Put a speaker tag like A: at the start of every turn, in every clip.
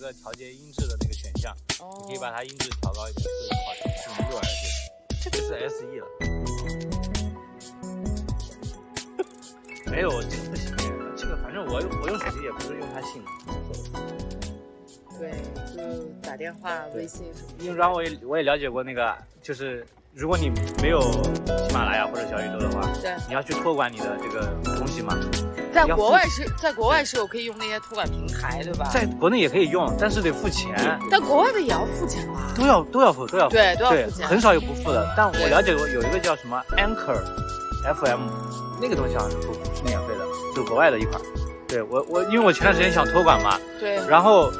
A: 个调节音质的那个选项，
B: 哦
A: 你可以把它音质调高一点，会好听。是米六 S，这个是 SE 了。没有，这个不行，这个反正我我用手机也不是用它性能。
B: 对，就打电话、微信什么的。
A: 因为然后我也我也了解过那个，就是如果你没有喜马拉雅或者小宇宙的话，
B: 对，
A: 你要去托管你的这个东西嘛，
B: 在
A: 你要
B: 国
A: 付
B: 外是在国外是有可以用那些托管平台，对吧？
A: 在国内也可以用，但是得付钱，
B: 但国外的也要付钱吧？
A: 都要都要付都要付，
B: 对，都要
A: 对
B: 付，钱。
A: 很少有不付的。但我
B: 对
A: 了解过有一个叫什么 Anchor FM，那个东西好像是付是免费的，就国外的一款。对我我因为我前段时间想托管嘛，
B: 对，
A: 然后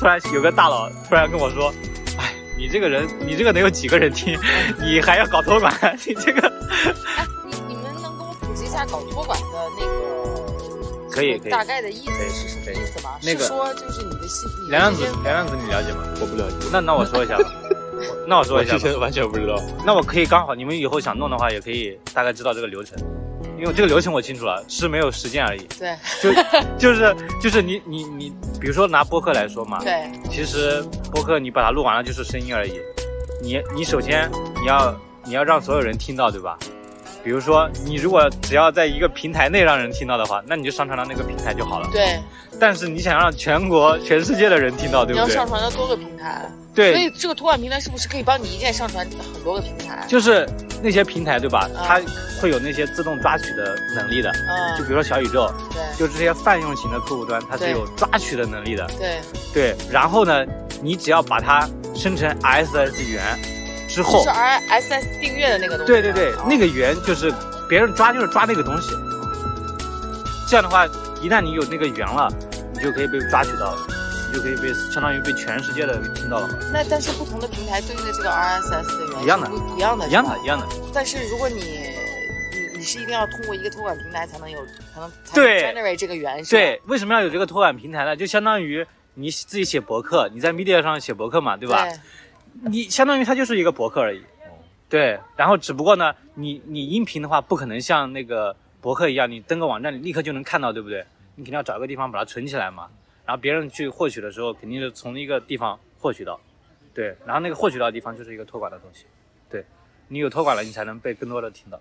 A: 突然有个大佬突然跟我说：“哎，你这个人，你这个能有几个人听？ 你还要搞托管？啊你这 个
B: 哎，你你们能给我普及一下搞托管的那个？
A: 可以可以
B: 大概的意
A: 可
B: 思
A: 以
B: 是什么意思吗？
A: 那个
B: 是说就是你的信，你
A: 梁亮
B: 的这
A: 子
B: 些，
A: 梁亮子，你了解吗？
C: 我不了解，
A: 那那我说一下吧，那我说
C: 我
A: 一下
C: 之
A: 吧，
C: 前完全不知道。
A: 那我可以刚好，你们以后想弄的话，也可以大概知道这个流程，因为这个流程我清楚了，是没有实践而已。
B: 对
A: 就就是就是你你你，比如说拿播客来说嘛，
B: 对
A: 其实播客你把它录完了就是声音而已。你你首先你要你要让所有人听到，对吧？比如说你如果只要在一个平台内让人听到的话，那你就上传到那个平台就好了。
B: 对，
A: 但是你想让全国全世界的人听到，对
B: 你
A: 不
B: 要
A: 对
B: 上？传到多个平台，所以
A: 对，
B: 这个托管平台是不是可以帮你一键上传很多个平台？
A: 就是那些平台，对吧？
B: 啊
A: 它会有那些自动抓取的能力的。就
B: 嗯，
A: 比如说小宇宙，
B: 对
A: 就这些泛用型的客户端，它是
B: 对
A: 有抓取的能力的。
B: 对，
A: 对，然后呢，你只要把它生成 RSS 源之后
B: 是，RSS 订阅的那个东西
A: 哦
B: 吗。
A: 对对对
B: 哦，
A: 那个源就是别人抓就是抓那个东西。这样的话，一旦你有那个源了，你就可以被抓取到，你就可以被相当于被全世界的人听到了，
B: 那但是不同的平台对应的这个 RSS 的源
A: 一样的
B: 是不一样的，
A: 啊一样
B: 是
A: 的
B: 吧，
A: 一样的。
B: 但是如果你你你是一定要通过一个托管平台才能有才能才能
A: 对
B: generate 这个源是吧？
A: 对，为什么要有这个托管平台呢？就相当于你自己写博客，你在 Media 上写博客嘛，对
B: 对
A: 吧？你相当于它就是一个博客而已。对，然后只不过呢，你你音频的话，不可能像那个博客一样，你登个网站你立刻就能看到，对不对？你肯定要找个地方把它存起来嘛。然后别人去获取的时候，肯定是从一个地方获取到，对。然后那个获取到的地方就是一个托管的东西，对。你有托管了，你才能被更多的听到。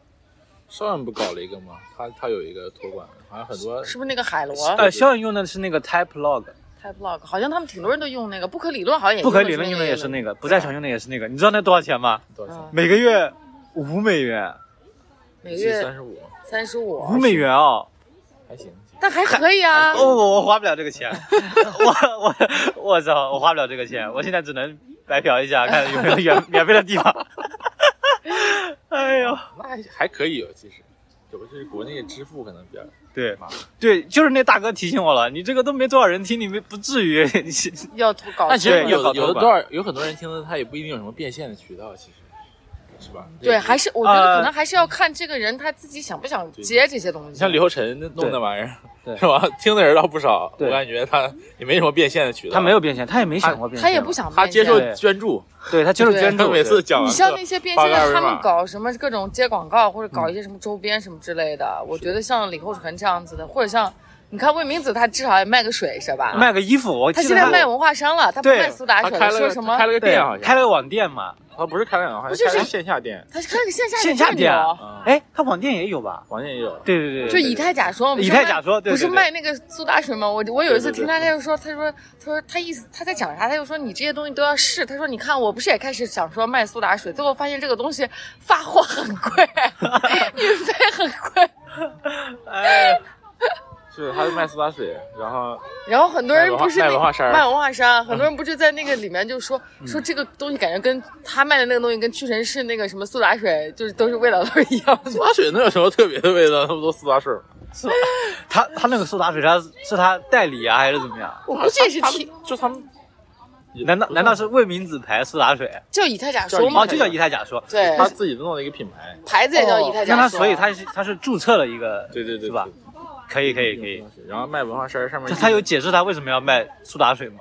C: 上岸不搞了一个吗？他他有一个托管，好像很多
B: 是不是那个海螺
A: 呃，肖远用的是那个 Type Log，
B: Type Log？好像他们挺多人都用那个，不可理论好像也
A: 不可理论用的啊
B: 个
A: 也是那个，不在场用的也是那个。你知道那多少钱吗？
C: 多少钱？
A: 每个月五美元，
B: 嗯每
C: 三
B: 月
C: 十五，
B: 三十五
A: 五，美元哦。
C: 还行。
B: 但还可以 啊。
A: 哦，我我花不了这个钱，我我我操，我花不了这个钱，我现在只能白嫖一下，看有没有免免费的地方。 哎呦，
C: 那还还可以，其实，只不过是国内支付可能比较
A: 对
C: 麻烦。
A: 对，就是那大哥提醒我了，你这个都没多少人听，你没不至于。 你
B: 要投搞
C: 但其实
A: 对
C: 有
A: 要搞
C: 的
A: 托
C: 有的
A: 管
C: 多少有很多人听的，他也不一定有什么变现的渠道，其实是吧？
B: 对，还
C: 是
B: 是我觉得
A: 呃
B: 可能还是要看这个人他自己想不想接这些东
C: 你
B: 西。
C: 像刘晨那弄
A: 对
C: 那玩意儿
A: 对
C: 是吧？听的人倒不少，
A: 对
C: 我感觉他也没什么变现的渠道。
A: 他没有变现，他也没想过变现，
B: 他也不，想
C: 他
B: 变
C: 接
B: 现，
C: 受
A: 对
C: 捐助，
A: 对他就是
B: 对
A: 捐
C: 他
A: 助。
C: 每次讲完
B: 你
C: 课
B: 像那些变
C: 发
B: 现
C: 个二维
B: 的，他
C: 码
B: 们搞什么各种接广告或者
A: 嗯
B: 搞一些什么周边什么之类的，我觉得像李厚辰这样子的，或者像你看魏明子，他至少也卖个水是吧？
A: 卖个衣服，我
B: 他
A: 记
B: 现
A: 得
B: 在卖文化衫了，他不
A: 对
B: 卖苏打
C: 他
B: 水
C: 开
B: 了，
C: 了
B: 说
C: 个
B: 什么
C: 开？了个
A: 对
C: 店好像
A: 开了个网店嘛，
B: 嗯
C: 他啊不是开了两个，
B: 不是
C: 开了
B: 是
C: 个线下店
B: 他是开了个线下的
A: 线下
B: 店
A: 店啊
B: 哦
C: 啊，
A: 哎，他网店也有吧？
C: 黄健也有，
A: 对对对，
B: 就
A: 对
B: 以
A: 对
B: 泰假说，
A: 以泰假说对
B: 不是
A: 对对
B: 卖那个苏打水吗？我我有一次
C: 对对对
B: 听他，他就说，他说，他说他意思他在讲啥？他就说你这些东西都要试。他说你看，我不是也开始想说卖苏打水，最后发现这个东西发货很贵， 运费很贵，
A: 哎，
C: 是他卖苏打水，然后
B: 然后很多人不是那
C: 卖文化衫儿嗯
B: 卖文化衫，很多人不是在那个里面就说说这个东西感觉跟他卖的那个东西跟屈臣氏那个什么苏打水就是都是味道都是一样的
C: 苏。打水能有什么特别的味道？那不都苏打水吗？
A: 他他那个苏打水，他是他代理啊，还是怎么样？
B: 我估计也是
C: 他
B: 听
C: 们就他们，
A: 难道难道是卫明子牌苏打水？
B: 叫以泰假
C: 叫
B: 说
C: 以哦
B: 嘛
A: 哦，
C: 泰，
A: 就叫以泰假说。
B: 对，
C: 他自己弄了一个品牌？
B: 牌子也叫以泰
A: 那
B: 假
A: 他
B: 说，啊
A: 所
C: 哦
A: 以他是他是注册了一个，
C: 对对对，
A: 是吧
C: 对？？
A: 可以可以可以
C: 苏。打水然后卖文化衫儿上面
A: 他他有解释他为什么要卖苏打水吗？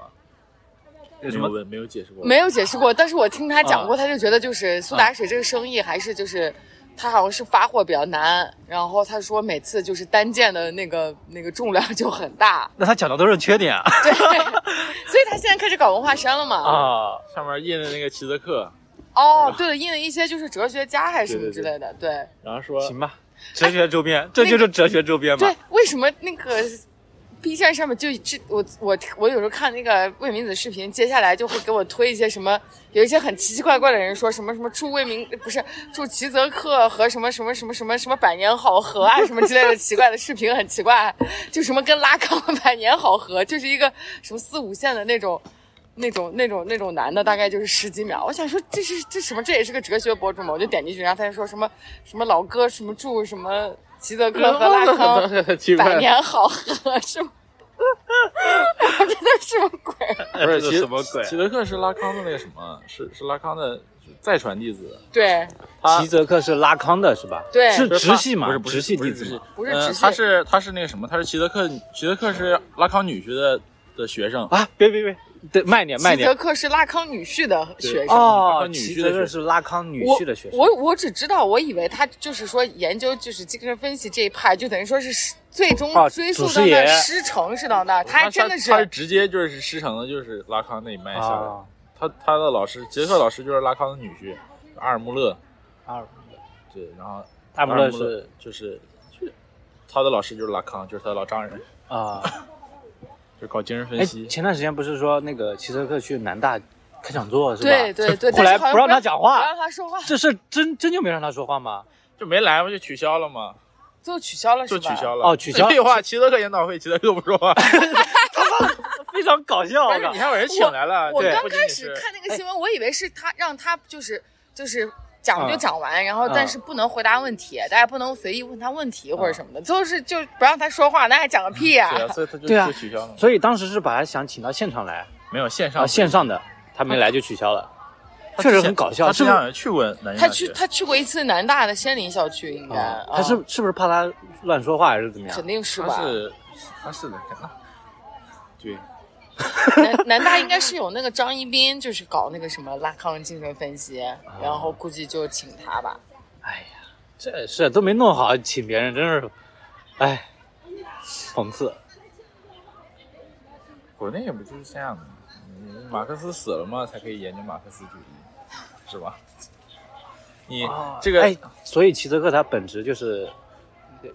A: 有
C: 没
A: 什
C: 有
A: 么？
C: 问没有解释过？
B: 没有解释过，但是我听他讲过，
A: 啊
B: 他就觉得就是苏打水这个生意还是就是他好像是发货比较难，然后他说每次就是单件的那个那个重量就很大，
A: 那他讲的都是缺点啊
B: 对， 所以他现在开始搞文化衫了嘛。
A: 啊，
C: 上面印的那个齐泽克，
B: 哦，对了，印了一些就是哲学家还是什么之
C: 对对对
B: 类的，对
C: 然后 说
A: 行吧，哲学周 边，这就是哲学周边嘛
B: 对，，为什么那个 B 站上面就这我我我有时候看那个魏明子视频，接下来就会给我推一些什么，有一些很奇奇怪怪的人说什么什么祝魏明不是祝齐泽克和什么什么什么什么什么百年好合啊什么之类的奇怪的视频，很奇怪，就什么跟拉康百年好合，就是一个什么四五线的那种。那种那种那种男的，大概就是十几秒。我想说，这是这什么？这也是个哲学博主嘛？我就点进去，然后他就说什么什么老哥什么祝什么齐泽克和拉康
C: 奇怪
B: 百年好合是吗？ 我这都什么鬼？
A: 哎
C: 不 是
A: 这
C: 齐
A: 什么鬼？
C: 齐泽克是拉康的那个什么，是是拉康的再传弟子，
B: 对
C: 他
A: 齐泽克是拉康的是吧？
B: 对
A: 是
C: 不是
A: 直
C: 他
A: 系嘛？
C: 不是不是
A: 直系
C: 不是
A: 弟
C: 直
A: 子
C: 系
A: 嘛，
B: 不是
C: 呃
B: 直系
C: 他是他是那个什么，他是齐泽克，齐泽克是拉康女婿的的学生，
A: 啊！别别别，对，慢点慢
B: 齐泽
A: 点。
B: 克是拉康女婿的学生。
A: 哦
C: 拉，康女
A: 齐
C: 婿
A: 泽
C: 的
A: 克
C: 学
A: 是拉康女
B: 我
A: 婿的学生。
B: 我我只知道，我以为他就是说研究就是精神分析这一派，就等于说是最终
A: 啊
B: 追溯
A: 祖师
B: 到那
A: 爷
B: 儿师承是到那儿，他还
C: 他
B: 真的
C: 他他是直接就是师承的，就是拉康那一脉下来。
A: 啊，
C: 他他的老师，杰克老师就是拉康的女婿，阿尔穆勒。
A: 阿尔
C: 对，然后
A: 阿姆勒
C: 阿
A: 是
C: 就是就是他的老师就是拉康，就是他的老丈人，
A: 啊，
C: 就是搞精神分
A: 哎，
C: 析。
A: 前段时间不是说那个齐泽克去南大开讲座是吧？
B: 对对对，
A: 后
B: 但
A: 来
B: 是好像
A: 不让他讲话
B: 不让他说话，
A: 这事真真就没让他说话吗？
C: 就没来嘛，就取消了嘛，
B: 最后取消了是
C: 就
B: 吧？
C: 取消了。
A: 哦取消
C: 废话，齐泽克研讨会，齐泽克不 说话。
A: 非常搞笑啊
C: 而且你还把人请来了，
B: 我
C: 对
B: 刚
C: 不仅
B: 开
C: 仅
B: 始
C: 是
B: 看那
A: 哎
B: 个新闻，我以为是他让他就是就是讲
A: 嗯
B: 就讲完，然后但是不能回答问题，大家不能随意问他问题或者
A: 嗯
B: 什么的，最后是就不让他说话，那还讲个屁呀、
C: 对啊，所以他就
A: 对啊
C: 就取消了嘛。
A: 所以当时是把他想请到现场来
C: 没有线
A: 啊，
C: 上
A: 线上的他没来就取消了，确实很搞笑。
C: 他
A: 是
C: 之
A: 不
C: 前
A: 是
C: 好像去过南京
B: 他
C: 大
B: 去
C: 学，
B: 他去过一次南大的仙林校区，应该、
A: 啊
B: 啊
A: 他是是不是怕他乱说话还是怎么样
B: 肯？定是
C: 他
B: 吧？
C: 哦是他是的，看啊对，
B: 南南大应该是有那个张一斌，就是搞那个什么拉康精神分析，
A: 哦
B: 然后估计就请他吧。
A: 哎呀，这事都没弄好，请别人真是，哎，讽刺。
C: 国内不就是这样的吗？嗯马克思死了嘛，才可以研究马克思主义，是吧？你这个、
A: 哎，所以齐泽克他本质就是，呃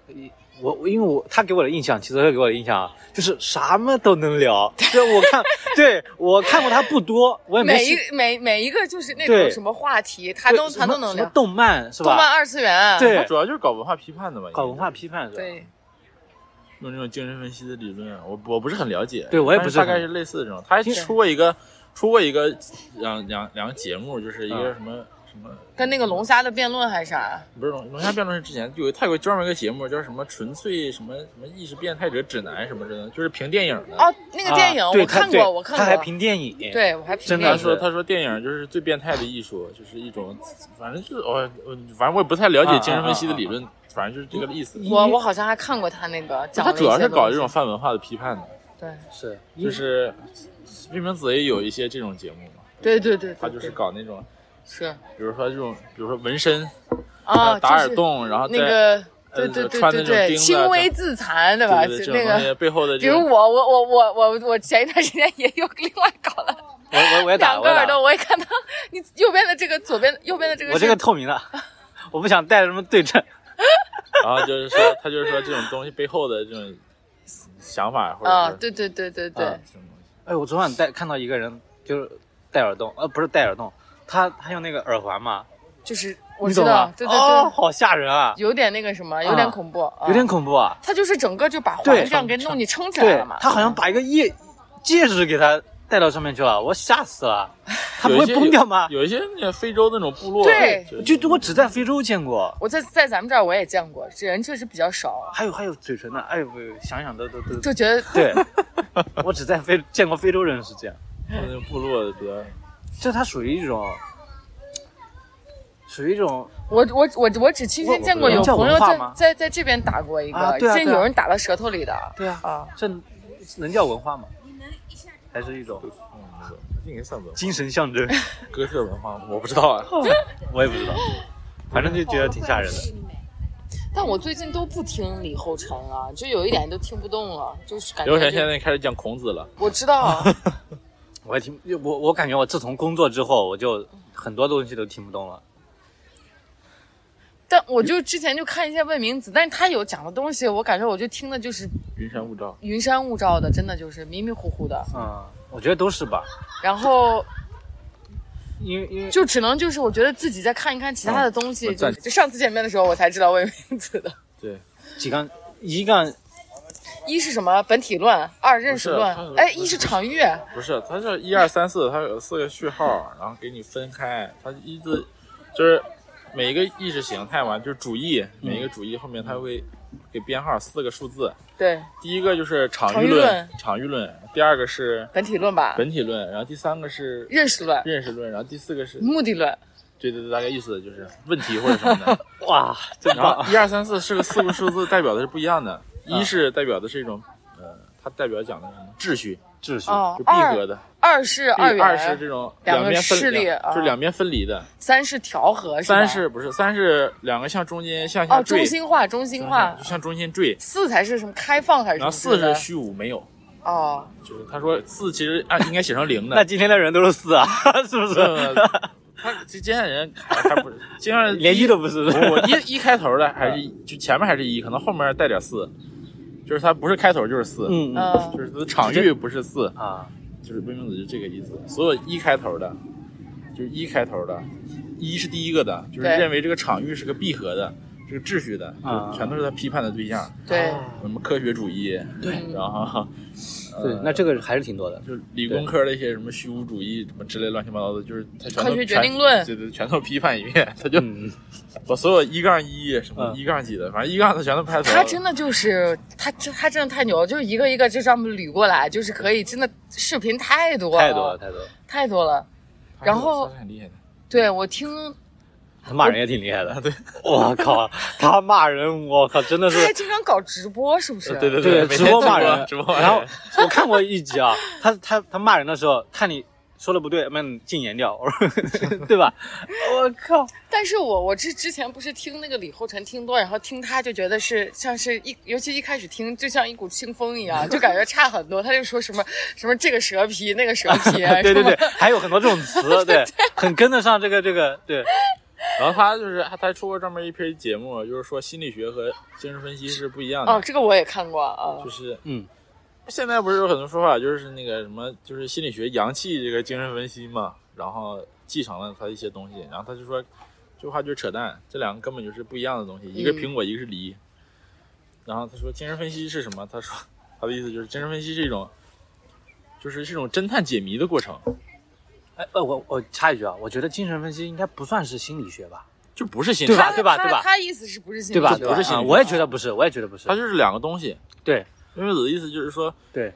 A: 我我因为我他给我的印象，齐泽克给我的印象啊，就是什么都能 聊。对，我看，对我看过他不多，我也没
B: 每一
A: 细
B: 个每每一个就是那
A: 对
B: 种什么话题，他都
A: 对什
B: 他都
A: 么
B: 能
A: 什
B: 聊
A: 么。动漫是
B: 动漫
A: 吧？
B: 二次元，啊
A: 对
C: 他主要就是搞文化批判的嘛，
A: 搞文化批判是吧？
B: 对。
C: 用这种精神分析的理论，啊我我不是很了解，
A: 对我也
C: 但
A: 不是
C: 大
A: 很
C: 概是类似的这种。他还
A: 听
C: 出过一个出过一个两两两个节目，就是一个
A: 嗯
C: 什么、什么。
B: 跟那个龙虾的辩论还是啥？
C: 不是龙龙虾辩论是之前就有泰国专门一个节目叫什么“纯粹什么什么意识变态者指南”什么之类的，就是评电影的。
B: 哦，那个电影、
A: 啊对
B: 我看
A: 他对
B: 过，我看
A: 他
B: 过。
A: 还评电影，，
B: 对我还评
A: 真的
B: 电
C: 他
B: 影
C: 说：“他说电影就是最变态的艺术，就是一种，反正就是我我反正我也不太了
B: 啊
C: 解精神分析的理论，反正就是这个意思。
B: 我我好像还看过他那个讲
C: 他
B: 了
C: 主要
B: 一些
C: 是搞这
B: 东
C: 种泛文化的批判的，
B: 西对
A: 是
C: 就是魏明子也有一些这种节目嘛，
B: 对对对，对
C: 他就
B: 对
C: 是搞那种，
B: 是
C: 比如说这种，比如说纹身，还
B: 啊，
C: 有打耳洞，然后
B: 就是那
C: 再
B: 个对
C: 呃
B: 对对
C: 穿那
B: 对
C: 种钉
B: 对，
C: 子啊
B: 轻微自残对吧？
C: 对对
B: 就
C: 这
B: 那
C: 种东
B: 个
C: 西背后的
B: 比
C: 这
B: 如
C: 种，
B: 我我我我我我前一段时间也有另外搞了
A: 我我我也打了，
B: 两个
A: 我也
B: 耳
A: 打
B: 朵，
A: 了，
B: 我也看到你右边的这个，左边右边的这个
A: 我
B: 是
A: 这个透明 的，我不想带什么对称。
C: 然后就是说他就是说这种东西背后的这种想法或者
B: 啊，
C: 是
B: 对对对对对，
A: 啊
C: 这种东西
A: 哎，我昨晚戴看到一个人就是戴耳洞，呃，不是戴耳洞，他他用那个耳环嘛，
B: 就是我
A: 你
B: 知
A: 懂
B: 道
A: 吗，？
B: 对对
A: 哦，
B: 对，
A: 好吓人啊，
B: 有点那个什么，有点
A: 啊
B: 恐怖，啊
A: 有点恐怖啊。
B: 他就是整个就把
A: 对
B: 环这样给弄你撑起来
A: 对
B: 了嘛。
A: 他好像把一个戒戒指给他戴到上面去了，我吓死 了。他不
C: 有
A: 会
C: 一些
A: 崩掉吗？
C: 有有一些那个非洲那种部落，
B: 对
C: 就
A: 就我只在非洲见过，
B: 我在在咱们这儿我也见过，这人确实比较少，啊
A: 还有还有嘴唇的，哎呦，想想都都都
B: 就觉得
A: 对， 我只在非见过非洲人是这样，
C: 那种部落比较
A: 就他属于一种，属于一种
B: 我我我我只亲身见过有
A: 叫
B: 朋
A: 文
B: 友
A: 化
B: 在
A: 吗
B: 在在这边打过一
A: 啊
B: 个，
A: 对啊
B: 真
A: 对啊
B: 有人打到舌头里的
A: 对啊，
B: 啊。
A: 这能叫文化吗？还是一种
C: 嗯，那种应该算文化
A: 精神象征？
C: 哥特文化，我不知道啊。
A: 我也不知道。反正就觉得挺吓人的。
B: 但我最近都不听李厚辰了，就有一点都听不动了，就是感觉
C: 刘
B: 就。
C: 晨现在开始讲孔子了，
B: 我知 道，啊
A: 我也听我我感觉我自从工作之后，我就很多东西都听不懂了。
B: 但我就之前就看一些问名子，但是他有讲的东西，我感觉我就听的就是
C: 云山雾罩。
B: 云山雾罩的，真的就是迷迷糊糊的。
A: 嗯，我觉得都是吧，
B: 然后
A: 因为因为
B: 就只能就是我觉得自己再看一看其他的东西。
C: 嗯我
B: 就
C: 赞
B: 就上次见面的时候，我才知道魏明子的。
C: 对，
A: 几杠一杠
B: 一是什么本体论，二认识
C: 不
B: 论
C: 是，
B: 哎，
C: 他
B: 一是场域，
C: 不是，它是一二三四，它有四个序号，然后给你分开，它一字就是每一个意识形态嘛，就是主义，每一个主义后面它会给编号四个数字，
B: 对，
C: 第一个就是场
B: 场
C: 域
B: 域
C: 论
B: 论，
C: 场域论，第二个是
B: 本体论吧，
C: 本体论，然后第三个是
B: 认识论，
C: 认识论，然后第四个是，
B: 目的论，
C: 对对对，大概意思就是问题或者什么的。
A: 哇，真
C: 然后
A: 棒！
C: 一二三四是个四个数字，代表的是不一样
B: 啊
C: 的。一是代表的是一种，呃，它代表讲的是什么秩序，
A: 秩序，
B: 哦
C: 就，闭合
B: 二
C: 的；
B: 二是
C: 闭
B: 二元，
C: 二是这种
B: 两个
C: 边分
B: 势力
C: 两
B: 啊
C: 就是两边分离的。
B: 三是调和，吧
C: 三是不是三是两个向中间向下
B: 哦
C: 坠，
B: 中心化，中心化
C: 就，向中心坠。
B: 四才是什么开放还是什
C: 然后
B: 么
C: 四
B: 之类
C: 是
B: 的？
C: 虚无，没有，
B: 哦，
C: 就是他说四其实按应该写成零的
A: 那。今天的人都是四啊， 是不
C: 呃
A: 是？
C: 他 这接下来人还还不是，接下来
A: 连一都不是，
C: 我 我一一开头的还是一就前面还是一，可能后面带点四，就是它不是开头就是四，
A: 嗯嗯
C: 就
B: 嗯，
C: 是它的场域不是四，
A: 啊，
C: 就是微名子就这个意思。所有一开头的，就是一开头的，一是第一个的，就是
B: 对
C: 认为这个场域是个闭合的，是个秩序的，
A: 啊
C: 就全都是他批判的对象，
B: 对，嗯
C: 什么科学主义，
A: 对
C: 然后
A: 对，那这个还是挺多的。
C: 就是理工科的一些什么虚无主义什么之类乱七八糟的，就是他全都
B: 科学决
C: 全
B: 定论
C: 对对，全都批判一遍，他就
A: 嗯，
C: 把所有一杠一什么
A: 嗯
C: 一杠几的，反正一杠他全都拍走了。
B: 他真的就是他，这他真的太牛了，就是一个一个就这么捋过来，就是可以，真的视频太多了，
A: 太多了，太多了，
B: 太多了。
C: 他
B: 然后
C: 他是很厉害的，
B: 对我听，
A: 他骂人也挺厉害的。对，我靠，他骂人，我靠，真的
B: 他
A: 是
B: 还经常搞直播，是不是？
C: 呃对对
A: 对，
C: 每
A: 直
C: 天
A: 播
C: 直
A: 骂
C: 播
A: 人，
C: 直播骂哎
A: 然后
C: 人
A: 我看过一集啊，他他他骂人的时候，看你说的不对，那你禁言掉， 我说对吧？我靠，
B: 但是我我之之前不是听那个李厚辰听多，然后听他就觉得是像是一，尤其一开始听就像一股清风一样，就感觉差很多。他就说什么什么这个蛇皮那个蛇皮，啊
A: 对对
B: 什么
A: 对，还有很多这种词， 对，很跟得上这个这个，对，
C: 然后他就是他他出过专门一篇节目，就是说心理学和精神分析是不一样的，
B: 哦，这个我也看过啊
C: 就。是
A: 嗯，
C: 现在不是有很多说法，就是那个什么，就是心理学阳气这个精神分析嘛，然后继承了他一些东西，然后他就说，这句话就是扯淡，这两个根本就是不一样的东西，一
A: 嗯
C: 个苹果，一个是梨。然后他说精神分析是什么？他说他的意思就是精神分析是一种，就是是一种侦探解谜的过程，
A: 哎呃，我我插一句啊，我觉得精神分析应该不算是心理学吧，
C: 就不是心理
A: 对
C: 学，
A: 吧对吧
B: 他
A: 对吧
B: 他意思是不是心理
A: 对吧？
B: 学
C: 不是心理
A: 啊
C: 学
A: 我也觉得不是，我也觉得不是
C: 它，就是两个东西。
A: 对
C: 因为我的意思就是说，
A: 对，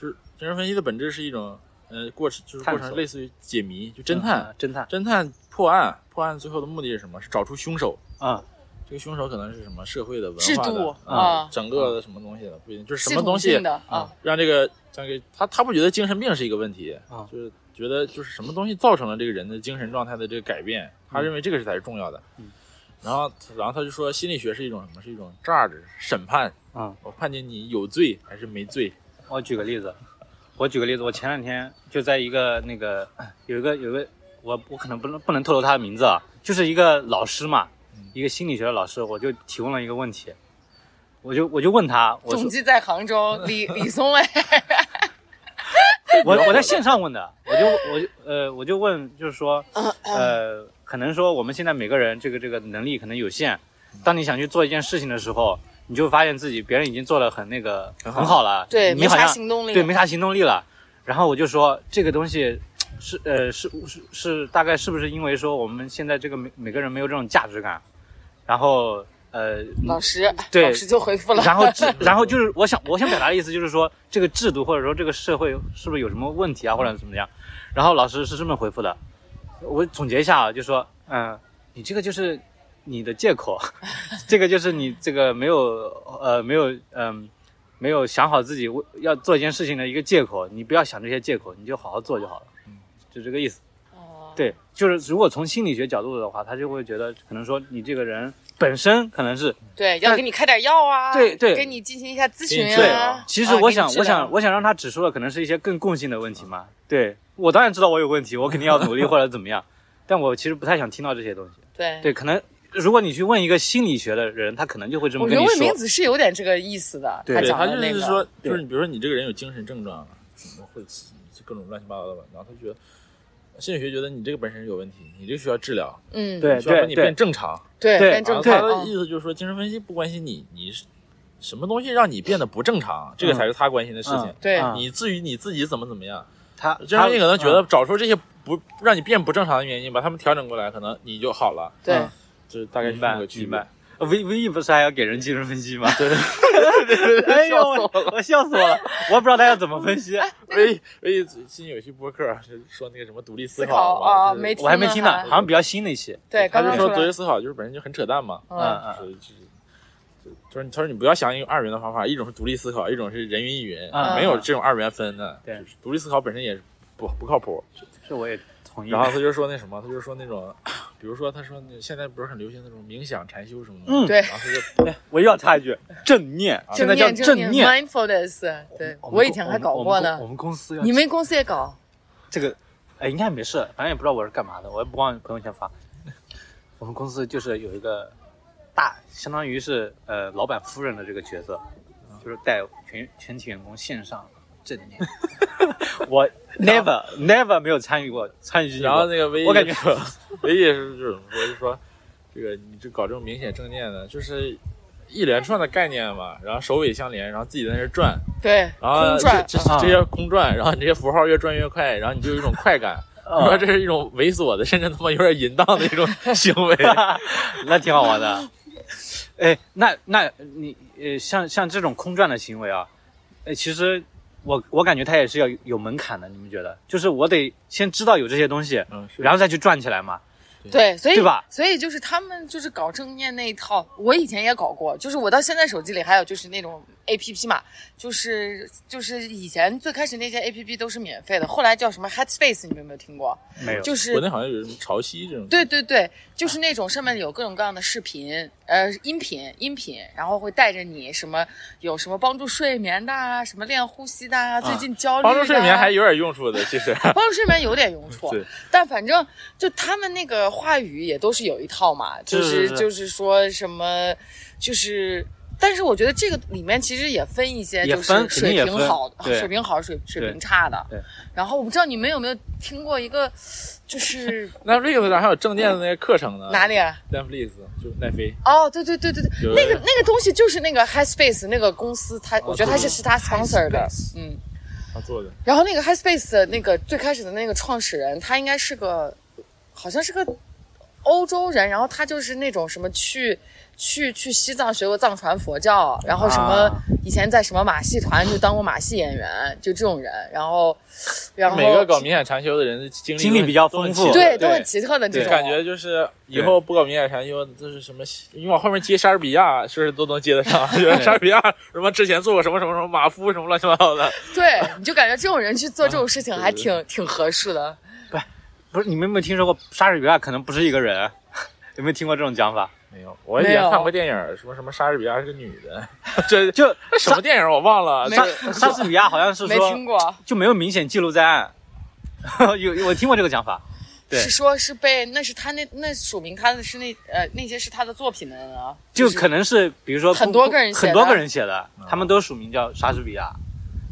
C: 就是精神分析的本质是一种，呃，过程就是
A: 探
C: 过
A: 索
C: 程类似于解谜，就侦探，
A: 嗯侦探
C: 侦探破案，破案最后的目的是什么？是找出凶手。
A: 啊，
C: 这个凶手可能是什么社会的、文
B: 制
C: 化
B: 度
C: 的、
B: 啊，
C: 整个的什么东西的，不一定就是
B: 系
C: 什么东
B: 统
C: 西嗯
B: 性的啊，
C: 让这个像给他他不觉得精神病是一个问题，
A: 啊
C: 就是觉得就是什么东西造成了这个人的精神状态的这个改变，他认为这个是才是重要的。
A: 嗯
C: 然后然后他就说心理学是一种什么？是一种 judge 审判，
A: 嗯，
C: 我判定你有罪还是没罪。
A: 我举个例子，我举个例子，我前两天就在一个那个 有一个有一个我我可能不能不能透露他的名字啊，就是一个老师嘛，一个心理学的老师，我就提问了一个问题，我就我就问他，我
B: 总
A: 说
B: 机在杭州，李李 松蔚，
A: 我我在线上问的，我就我就呃我就问就是说
B: 嗯
A: 呃可能说我们现在每个人这个这个能力可能有限，当你想去做一件事情的时候，你就发现自己别人已经做的很那个
C: 很
A: 很
C: 好
A: 好了，
B: 对，
A: 你
B: 没
A: 好
B: 啥
A: 像
B: 行动力，
A: 对，没啥行动力了。然后我就说这个东西是呃是是是大概是不是因为说我们现在这个每每个人没有这种价值感，然后呃，
B: 老师，
A: 对
B: 老师就回复了，
A: 然后制，然后就是我想我想表达的意思就是说这个制度或者说这个社会是不是有什么问题啊或者怎么样？然后老师是这么回复的，我总结一下啊，就说嗯、你这个就是你的借口， 这个就是你这个没有呃没有嗯、没有想好自己为要做一件事情的一个借口，你不要想这些借口，你就好好做就好了，就这个意思。
B: 哦
A: 对，就是如果从心理学角度的话，他就会觉得可能说你这个人本身可能是
B: 对，要给你开点药啊，
A: 对对
B: 给你进行一下咨询
C: 给你治
B: 啊
C: 疗。
A: 其实
B: 啊
A: 我
B: 给你
A: 想，
B: 治
A: 我
B: 疗
A: 想，我想让他指出的可能是一些更共性的问题嘛。对我当然知道我有问题，我肯定要努 力或者怎么样，但我其实不太想听到这些东西。
B: 对
A: 对，可能如果你去问一个心理学的人，他可能就会这么
B: 我觉
A: 跟你
B: 得魏
A: 说
B: 明。子是有点这个意思的，
A: 对
B: 他
C: 对
B: 讲
C: 他
B: 的
C: 就
B: 那个
C: 是说，
A: 对
C: 就是你比如说你这个人有精神症状啊，什么会起各种乱七八糟的吧，然后他觉得心理学觉得你这个本身是有问题，你这个需要治疗，
B: 嗯，
A: 对
C: 需要让你
A: 对
C: 变正常。
B: 对
A: 对啊
B: 变
C: 然后
B: 正
C: 他
B: 常
C: 的
B: 嗯
C: 意思就是说，精神分析不关心你，你是什么东西让你变得不正常，这个才是他关心的事情。
B: 对
A: 嗯
C: 你至于你自己怎么怎么样，
A: 他
C: 精神
A: 他嗯
C: 分析可能觉得找出这些不让你变不正常的原因，把他们调整过来，可能你就好了。
B: 对
A: 嗯
C: 就是大概是
A: 明
C: 这
A: 白
C: 么个区
A: 明
C: 别
A: 白。。V V E 不是还要给人精神分析吗？
C: 对，
A: 哎呦
C: 笑死
A: 我，我笑死我了！我也不知道他要怎么分
B: 哎
A: 析，
C: 微微新哎有一期播客就是说那个什么独立思
B: 思考啊，
C: 嘛就是
B: 没
A: 我还没
B: 呢
A: 听呢，
B: 还
A: 好像比较新的一期。
B: 对，
C: 他
B: 刚刚
C: 就说
B: 来
C: 独立思考就是本身就很扯淡嘛，
A: 嗯
B: 嗯，
A: 嗯
C: 就是就是就是他说你不要想一种二元的方法，一种是独立思考，一种是人云亦云，
A: 嗯
C: 没有这种二元分的。
A: 对
C: 就是独立思考本身也是不不靠谱。
A: 是我也同意。
C: 然后他就说那什么，他就说那种，比如说他说那现在不是很流行那种冥想禅修什么的，
A: 嗯
B: 对
C: 然后他就
A: 我又要插一句，正念，现在叫
B: 念正
A: 正念。
B: mindfulness，对
A: 我们
B: 我以
A: 公
B: 前
A: 我
B: 还
A: 们
B: 搞
A: 我们
B: 过
A: 公
B: 呢
A: 我，们公司要
B: 你们公司也搞，
A: 这个，哎，应该没事，反正也不知道我是干嘛的，我也不往朋友圈发。我们公司就是有一个大，相当于是呃老板夫人的这个角色，就是带全全体员工线上正念。 我 never never 没有参与过参与进去过，
C: 然后那个唯一
A: 我感觉
C: 说，唯一是就是我就说，这个你这搞这种明显正念的，就是一连串的概念嘛，然后首尾相连，然后自己在那儿转，
B: 对，
C: 然后
B: 空转
C: 这这
A: 啊
C: 这些空转，然后你这些符号越转越快，然后你就有一种快 感，
A: 啊
C: 说这是一种猥琐的，甚至他妈有点淫荡的 一种行为。
A: 那挺好玩的。哎，那那你呃，像像这种空转的行为啊，哎，其实我我感觉它也是要有门槛的，你们觉得？就是我得先知道有这些东西，
C: 嗯，是
A: 然后再去转起来嘛。
B: 对，所以
A: 对吧
B: 所以就是他们就是搞正念那一套，我以前也搞过，就是我到现在手机里还有就是那种 A P P 嘛，就是就是以前最开始那些 A P P 都是免费的，后来叫什么 Headspace，你们有没有听过？
A: 没有，
B: 就是
C: 国内好像有什么潮汐这种，
B: 对对对，
A: 啊
B: 就是那种上面有各种各样的视频，呃，音频、音频，然后会带着你什么有什么帮助睡眠的啊，什么练呼吸的啊，最近焦虑、
C: 帮助睡眠还。有点用处的，其 实。
B: 帮助睡眠有点用处
C: 对，
B: 但反正就他们那个话语也都是有一套嘛，就是是
A: 是是
B: 就是说什么，就是，但是我觉得这个里面其实也分一些，
A: 也
B: 就
A: 分
B: 是
A: 肯定
B: 水
A: 也
B: 平
A: 分
B: 好、
A: 对
B: 水平好、水水平
A: 对
B: 差的
A: 对。
B: 然后我不知道你们有没有听过一个，就是
C: 那 Netflix 上还有正念的那些课程
A: 呃
C: 呢？
B: 哪里啊？
C: ？Netflix 就是奈飞。
B: 哦，对对对对对，
C: 有
B: 那个那个东西就是那个 Highspace 那个公司，它我觉得它是是它 sponsor 的，嗯。
C: 他做的，
B: 然后那个 Highspace 的那个最开始的那个创始人，他应该是个，好像是个欧洲人，然后他就是那种什么去去去西藏学过藏传佛教，然后什么
A: 啊
B: 以前在什么马戏团就当过马戏演员，就这种人，然后然后
C: 每个搞冥想禅修的人的经历
A: 经历比较丰富
C: 都很奇
B: 对
C: 特
B: 都很奇特的这
C: 就
B: 种
C: 感觉就是以后不搞冥想禅修，就是什么，你往后面接莎士比亚，是不是都能接 得上？就是莎士比亚什么之前做过什么什么什么马夫什么乱七八糟的，
B: 对，你就感觉这种人去做这种事情
C: 对
B: 还
C: 对
B: 挺挺合适的。
A: 不是你们有没有听说过莎士比啊亚可能不是一个人？ 有没有听过这种讲法？
C: 没有，我以
B: 没
C: 前
B: 有
C: 看过电影，说什么莎士比亚是个女的， 这
A: 就
C: 这什么电影我忘了，
B: 没
A: 莎
C: 这
A: 莎士比亚啊好像是
B: 没
A: 说
B: 听过，
A: 就没有明显记录在案， 有有我听过这个讲法。对
B: 是说是被那是他那那署名他的是那呃那些是他的作品的人啊，
A: 就是可能是比如说
B: 很
A: 公
B: 多个人写的
A: 很多个人写的，
C: 嗯
A: 他们都署名叫莎士比亚，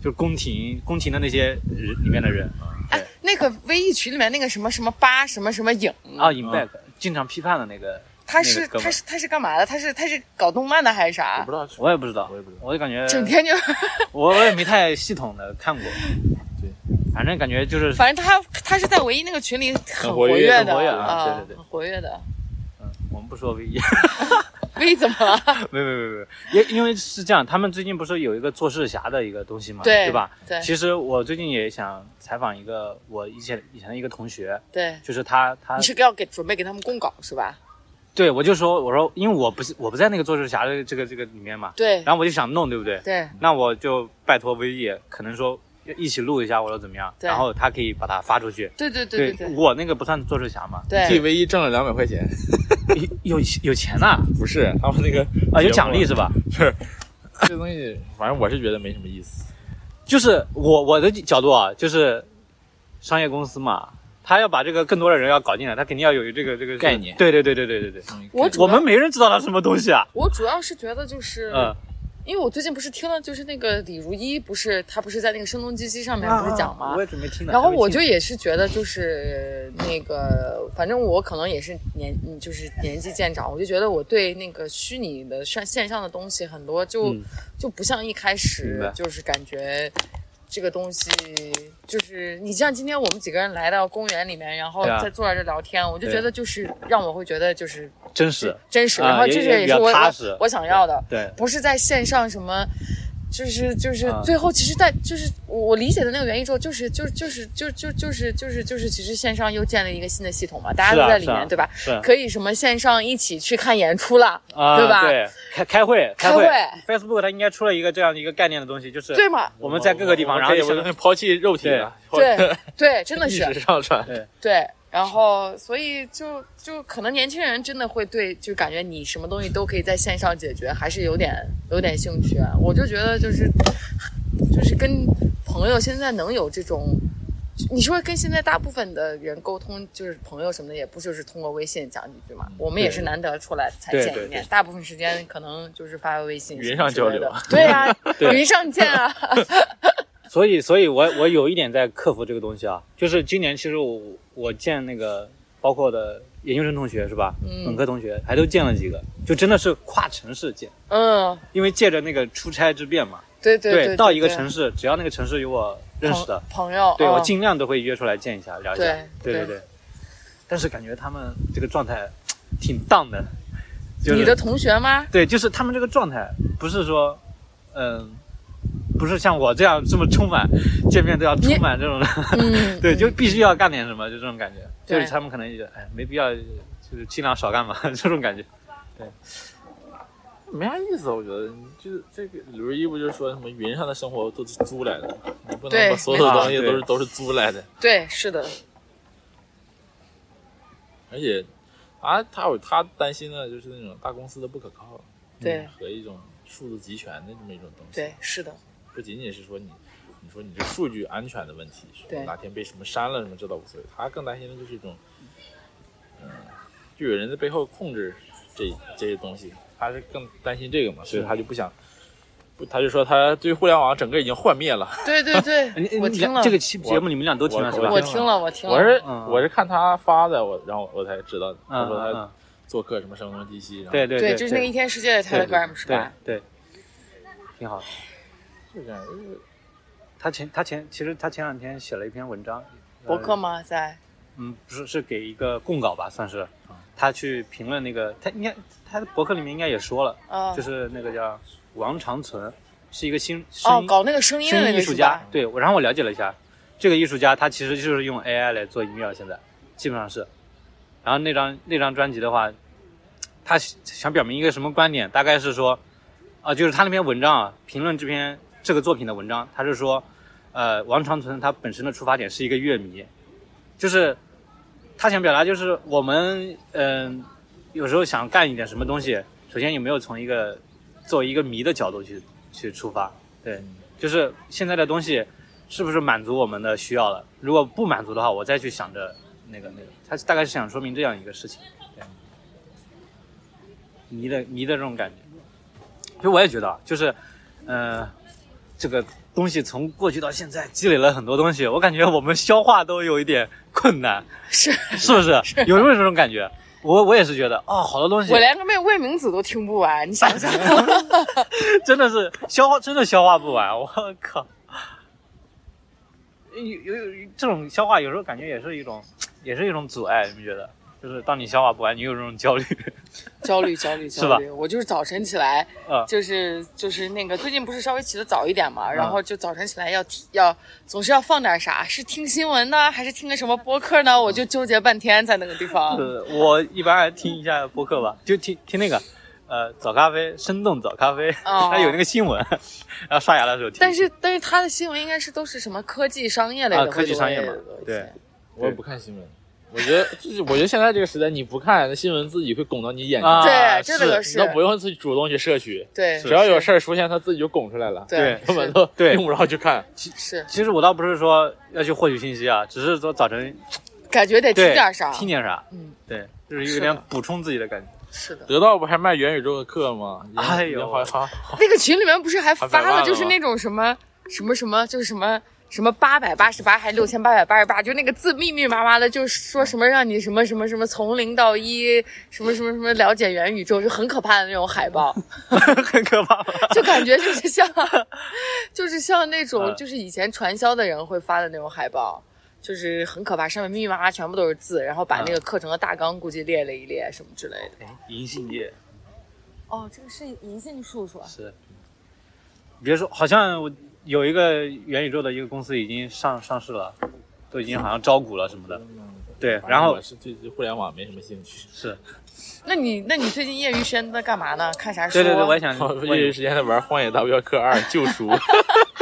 A: 就是宫廷宫廷的那些人里面的人
B: 哎那个微艺群里面那个什么什么八什么什么影
A: 啊，尹贝克
C: 嗯
A: 经常批判的那个，
B: 他
A: 那
B: 是
A: 个哥们儿
B: 他是他是干嘛的？他是他是搞动漫的还是
C: 我
B: 啥
C: 不？知道，
A: 我也不知道，
C: 我也不知道
A: 我就感觉
B: 整天就，
A: 我我也没太系统的看过，
C: 对，
A: 反正感觉就是
B: 反正他他是在唯一那个群里很
C: 活跃
B: 跃
C: 很
B: 的
A: 活跃
B: 啊，
A: 对对对
B: 很活跃的。
A: 嗯，我们不说唯一，
B: 微怎么了？
A: 没有没有没有没有，因因为是这样，他们最近不是有一个做事侠的一个东西嘛，
B: 对
A: 对吧？
B: 对
A: 其实我最近也想采访一个我以前以前的一个同学，
B: 对，
A: 就是他他
B: 你是要给准备给他们供稿是吧？
A: 对我就说我说因为我不是我不在那个做事侠的这个这个里面嘛，
B: 对
A: 然后我就想弄，对不对？
B: 对
A: 那我就拜托微易，可能说一起录一下，我说怎么样，
B: 对
A: 然后他可以把它发出去。
B: 对对对对对
A: 我那个不算做出侠嘛，
C: 你可以
B: 对，
C: 唯一挣了两百块钱，
A: 有有有钱呐
C: 不是他们那个
A: 啊，有奖励是
C: 吧？
A: 吧？
C: 这东西反正我是觉得没什么意思。
A: 就是我我的角度啊，就是商业公司嘛，他要把这个更多的人要搞进来，他肯定要有这个这个
C: 概念嗯
A: 对对对对对对对，
B: 我主
A: 我
B: 要
A: 们没人知道他什么东西啊。
B: 我主要是觉得就是，
A: 嗯，
B: 因为我最近不是听了就是那个李如一，不是她不是在那个声东击西上面不是讲吗
A: 啊我？也准备听呢。
B: 然后我
A: 还没
B: 就
A: 听
B: 也是觉得，就是那个，反正我可能也是年，嗯就是年纪渐长，我就觉得我对那个虚拟的上线上的东西很多就、
A: 嗯
B: 就不像一开
A: 明
B: 始
A: 白
B: 就是感觉这个东西就是你像今天我们几个人来到公园里面，然后
A: 对啊
B: 再坐在这聊天，我就
A: 对
B: 觉得就是让我会觉得就是
A: 真实，
B: 真实，
A: 啊
B: 然后
A: 也
B: 这是
A: 也
B: 也
A: 比较
B: 是我
A: 踏
B: 我
A: 实
B: 我想要的，
A: 对
B: 不是在线上什么，就是就是
A: 啊
B: 最后其实在就是我我理解的那个原因之后，就是就是就是就就就是就是就是其实线上又建立一个新的系统嘛，大家
A: 是
B: 都
A: 啊
B: 在里
A: 是啊
B: 面对吧？
A: 是啊
B: 可以什么线上一起去看演出了，
A: 啊，
B: 对吧
A: 开开会，
B: 开
A: 会
B: 会
A: ，Facebook 它应该出了一个这样的一个概念的东西，就是
B: 对嘛？
A: 我们在各个地方，
C: 我
A: 然后
C: 可以
A: 就
C: 我可以抛弃肉体了，或 者
B: 对对，真的
C: 意
B: 是
C: 识上传。
B: 对。然后，所以就就可能年轻人真的会对，就感觉你什么东西都可以在线上解决，还是有点有点兴趣。啊我就觉得就是就是跟朋友现在能有这种，你说跟现在大部分的人沟通，就是朋友什么的，也不就是通过微信讲几句嘛。我们也是难得出来才
A: 嗯对
B: 见
A: 对
B: 一面
A: 对，
B: 大部分时间可能就是发个微信
C: 云上
B: 什么
C: 交
B: 之类
C: 流
B: 的
C: 啊。
B: 对呀、
A: 对
B: 云上见 啊。
A: 所以，所以我我有一点在克服这个东西啊，就是今年其实我我见那个包括我的研究生同学是吧，
B: 嗯
A: 本科同学还都见了几个，就真的是跨城市见，
B: 嗯，
A: 因为借着那个出差之便嘛，
B: 对对对，
A: 到一个城
B: 市
A: 市，只要那个城市有我认识的，
B: 朋友，
A: 对我
B: 嗯
A: 尽量都会约出来见一下，聊一下，对
B: 对对
A: 对。但是感觉他们这个状态挺荡的，就是
B: 你的同学吗？
A: 对，就是他们这个状态，不是说，嗯、不是像我这样这么充满见面都要充满这 种的，，
B: 嗯
A: 对，就必须要干点什么，就这种感觉。就
B: 对
A: 是他们可能也哎没必要，就是尽量少干嘛 这种感觉。
C: 没啥意思，我觉得你就是这个李如一不就是说什么云上的生活都是租来的，你不能
B: 对
C: 把所有的
A: 没错
C: 东西都
A: 对
C: 是都是租来的，
B: 对，是的，
C: 而且啊，他有他担心的就是那种大公司的不可靠，
A: 嗯
B: 对
C: 和一种数字集权的这么一种东西，
B: 对，是的，
C: 不仅仅是说你。你说你这数据安全的问题，说
B: 对
C: 哪天被什么删了什么，这倒无所谓。他更担心的就是一种，嗯，就有人在背后控制这这些东西，他是更担心这个嘛，所以
A: 是
C: 他就不想，不，他就说他对互联网整个已经幻灭了。
B: 对对对
A: 啊你，
B: 我
A: 你
B: 听了
A: 这个期节目你们俩都听了是吧？
B: 我听了，我听了，
C: 我是
A: 嗯
C: 我是看他发的，我然后我才知道的，他
A: 嗯
C: 说
A: 嗯
C: 他
A: 嗯，
C: 做客什么声东击西，然后
A: 对对
B: 对，
A: 对，
B: 就是那个一天世界的 Telegram 是
A: 对
B: 吧？
A: 对，挺好的。
C: 就这样，就是
A: 他前他前其实他前两天写了一篇文章，
B: 博客
A: 呃？
B: 吗？在
A: 嗯，不是，是给一个供稿吧，算是。他去评论那个，他应该他的博客里面应该也说了，
B: 啊，
A: 就是那个叫王长存，是一个新声
B: 哦，
A: 音
B: 搞那个声音的
A: 声
B: 那
A: 音艺
B: 个
A: 术
B: 是
A: 家
B: 吧？。
A: 对，我然后我了解了一下，这个艺术家他其实就是用 AI 来做音乐，现在基本上是。然后那张那张专辑的话，他想表明一个什么观点？大概是说，啊、就是他那篇文章啊，评论这篇这个作品的文章，他是说，呃，王长存他本身的出发点是一个乐迷，就是他想表达就是我们嗯、有时候想干一点什么东西，首先有没有从一个作为一个迷的角度去去出发？对，
B: 嗯
A: 就是现在的东西是不是满足我们的需要了？如果不满足的话，我再去想着那个那个，他大概是想说明这样一个事情，对，迷的迷的这种感觉。其实我也觉得啊，就是，呃，这个东西从过去到现在积累了很多东西，我感觉我们消化都有一点困难，
B: 是
A: 是不是？有没有这种感觉？我我也是觉得啊、好多东西
B: 我连个妹魏明子都听不完，你想想，
A: 真的是消化，真的消化不完，我靠！有有有这种消化，有时候感觉也是一种，也是一种阻碍，你们觉得？就是当你消化不完，你有这种焦 虑，
B: 焦虑焦虑
A: 是
B: 焦
A: 吧
B: 虑。我就是早晨起来
A: 啊，
B: 就是就是那个最近不是稍微起得早一点嘛，
A: 嗯
B: 然后就早晨起来要提要总是要放点啥，是听新闻呢，还是听个什么播客呢？我就纠结半天在那个地方。
A: 呃，我一般还听一下播客吧，就听听那个，呃早咖啡，生动早咖啡，
B: 哦
A: 它有那个新闻，然后刷牙的时候听。
B: 但是但是他的新闻应该是都是什么科技商业类的
A: 啊
B: 会多一
A: 科
B: 些，
A: 技商业嘛对
C: 我也不看新闻。我觉得，就是我觉得现在这个时代，你不看那新闻，自己会拱到你眼睛，
A: 啊
B: 对这个
C: 你
B: 是
C: 都不用自己主动去摄取，
B: 对
C: 只要有事儿出现，它自己就拱出来了，
A: 对
C: 根本
B: 是
C: 都
A: 对
C: 用不着去看。
B: 是
A: 其实我倒不是说要去获取信息啊，只是说早晨
B: 感觉得听
A: 对
B: 点啥，
A: 听点啥，
B: 嗯，
A: 对，就是有
B: 是
A: 点
B: 的
A: 补充自己的感觉。
B: 是 的。
C: 得到不还卖元宇宙的课吗？已经
A: 哎呦
C: 已经好好
B: 那个群里面不是还
C: 还
B: 发
C: 百万了
B: 了，就是
C: 吗
B: 那种什么什么什么，就是什么什么八百八十八还六千八百八十八，就那个字密密麻麻的，就是说什么让你什么什么什么从零到一，什么什么什么了解元宇宙，就很可怕的那种海报，
A: 很可怕吧？
B: 就感觉就是 像，就是像那种
A: 嗯
B: 就是以前传销的人会发的那种海报。就是很可怕，上面密密麻麻全部都是字，然后把那
A: 嗯
B: 个课程的大纲估计列了一列什么之类的。
A: 哎银杏叶
B: 哦，这个是银杏树是吧？
A: 是，别说，好像我有一个元宇宙的一个公司已经上上市了，都已经好像招股了什么的。对，然后
C: 我是对对互联网没什么兴趣，
A: 是
B: 那你那你最近业余时间都在干嘛呢？看啥书？
A: 对
B: 啊
A: 对对，我也 想问
C: 业余
A: 你，
C: 时间在玩《荒野大镖客二：救赎》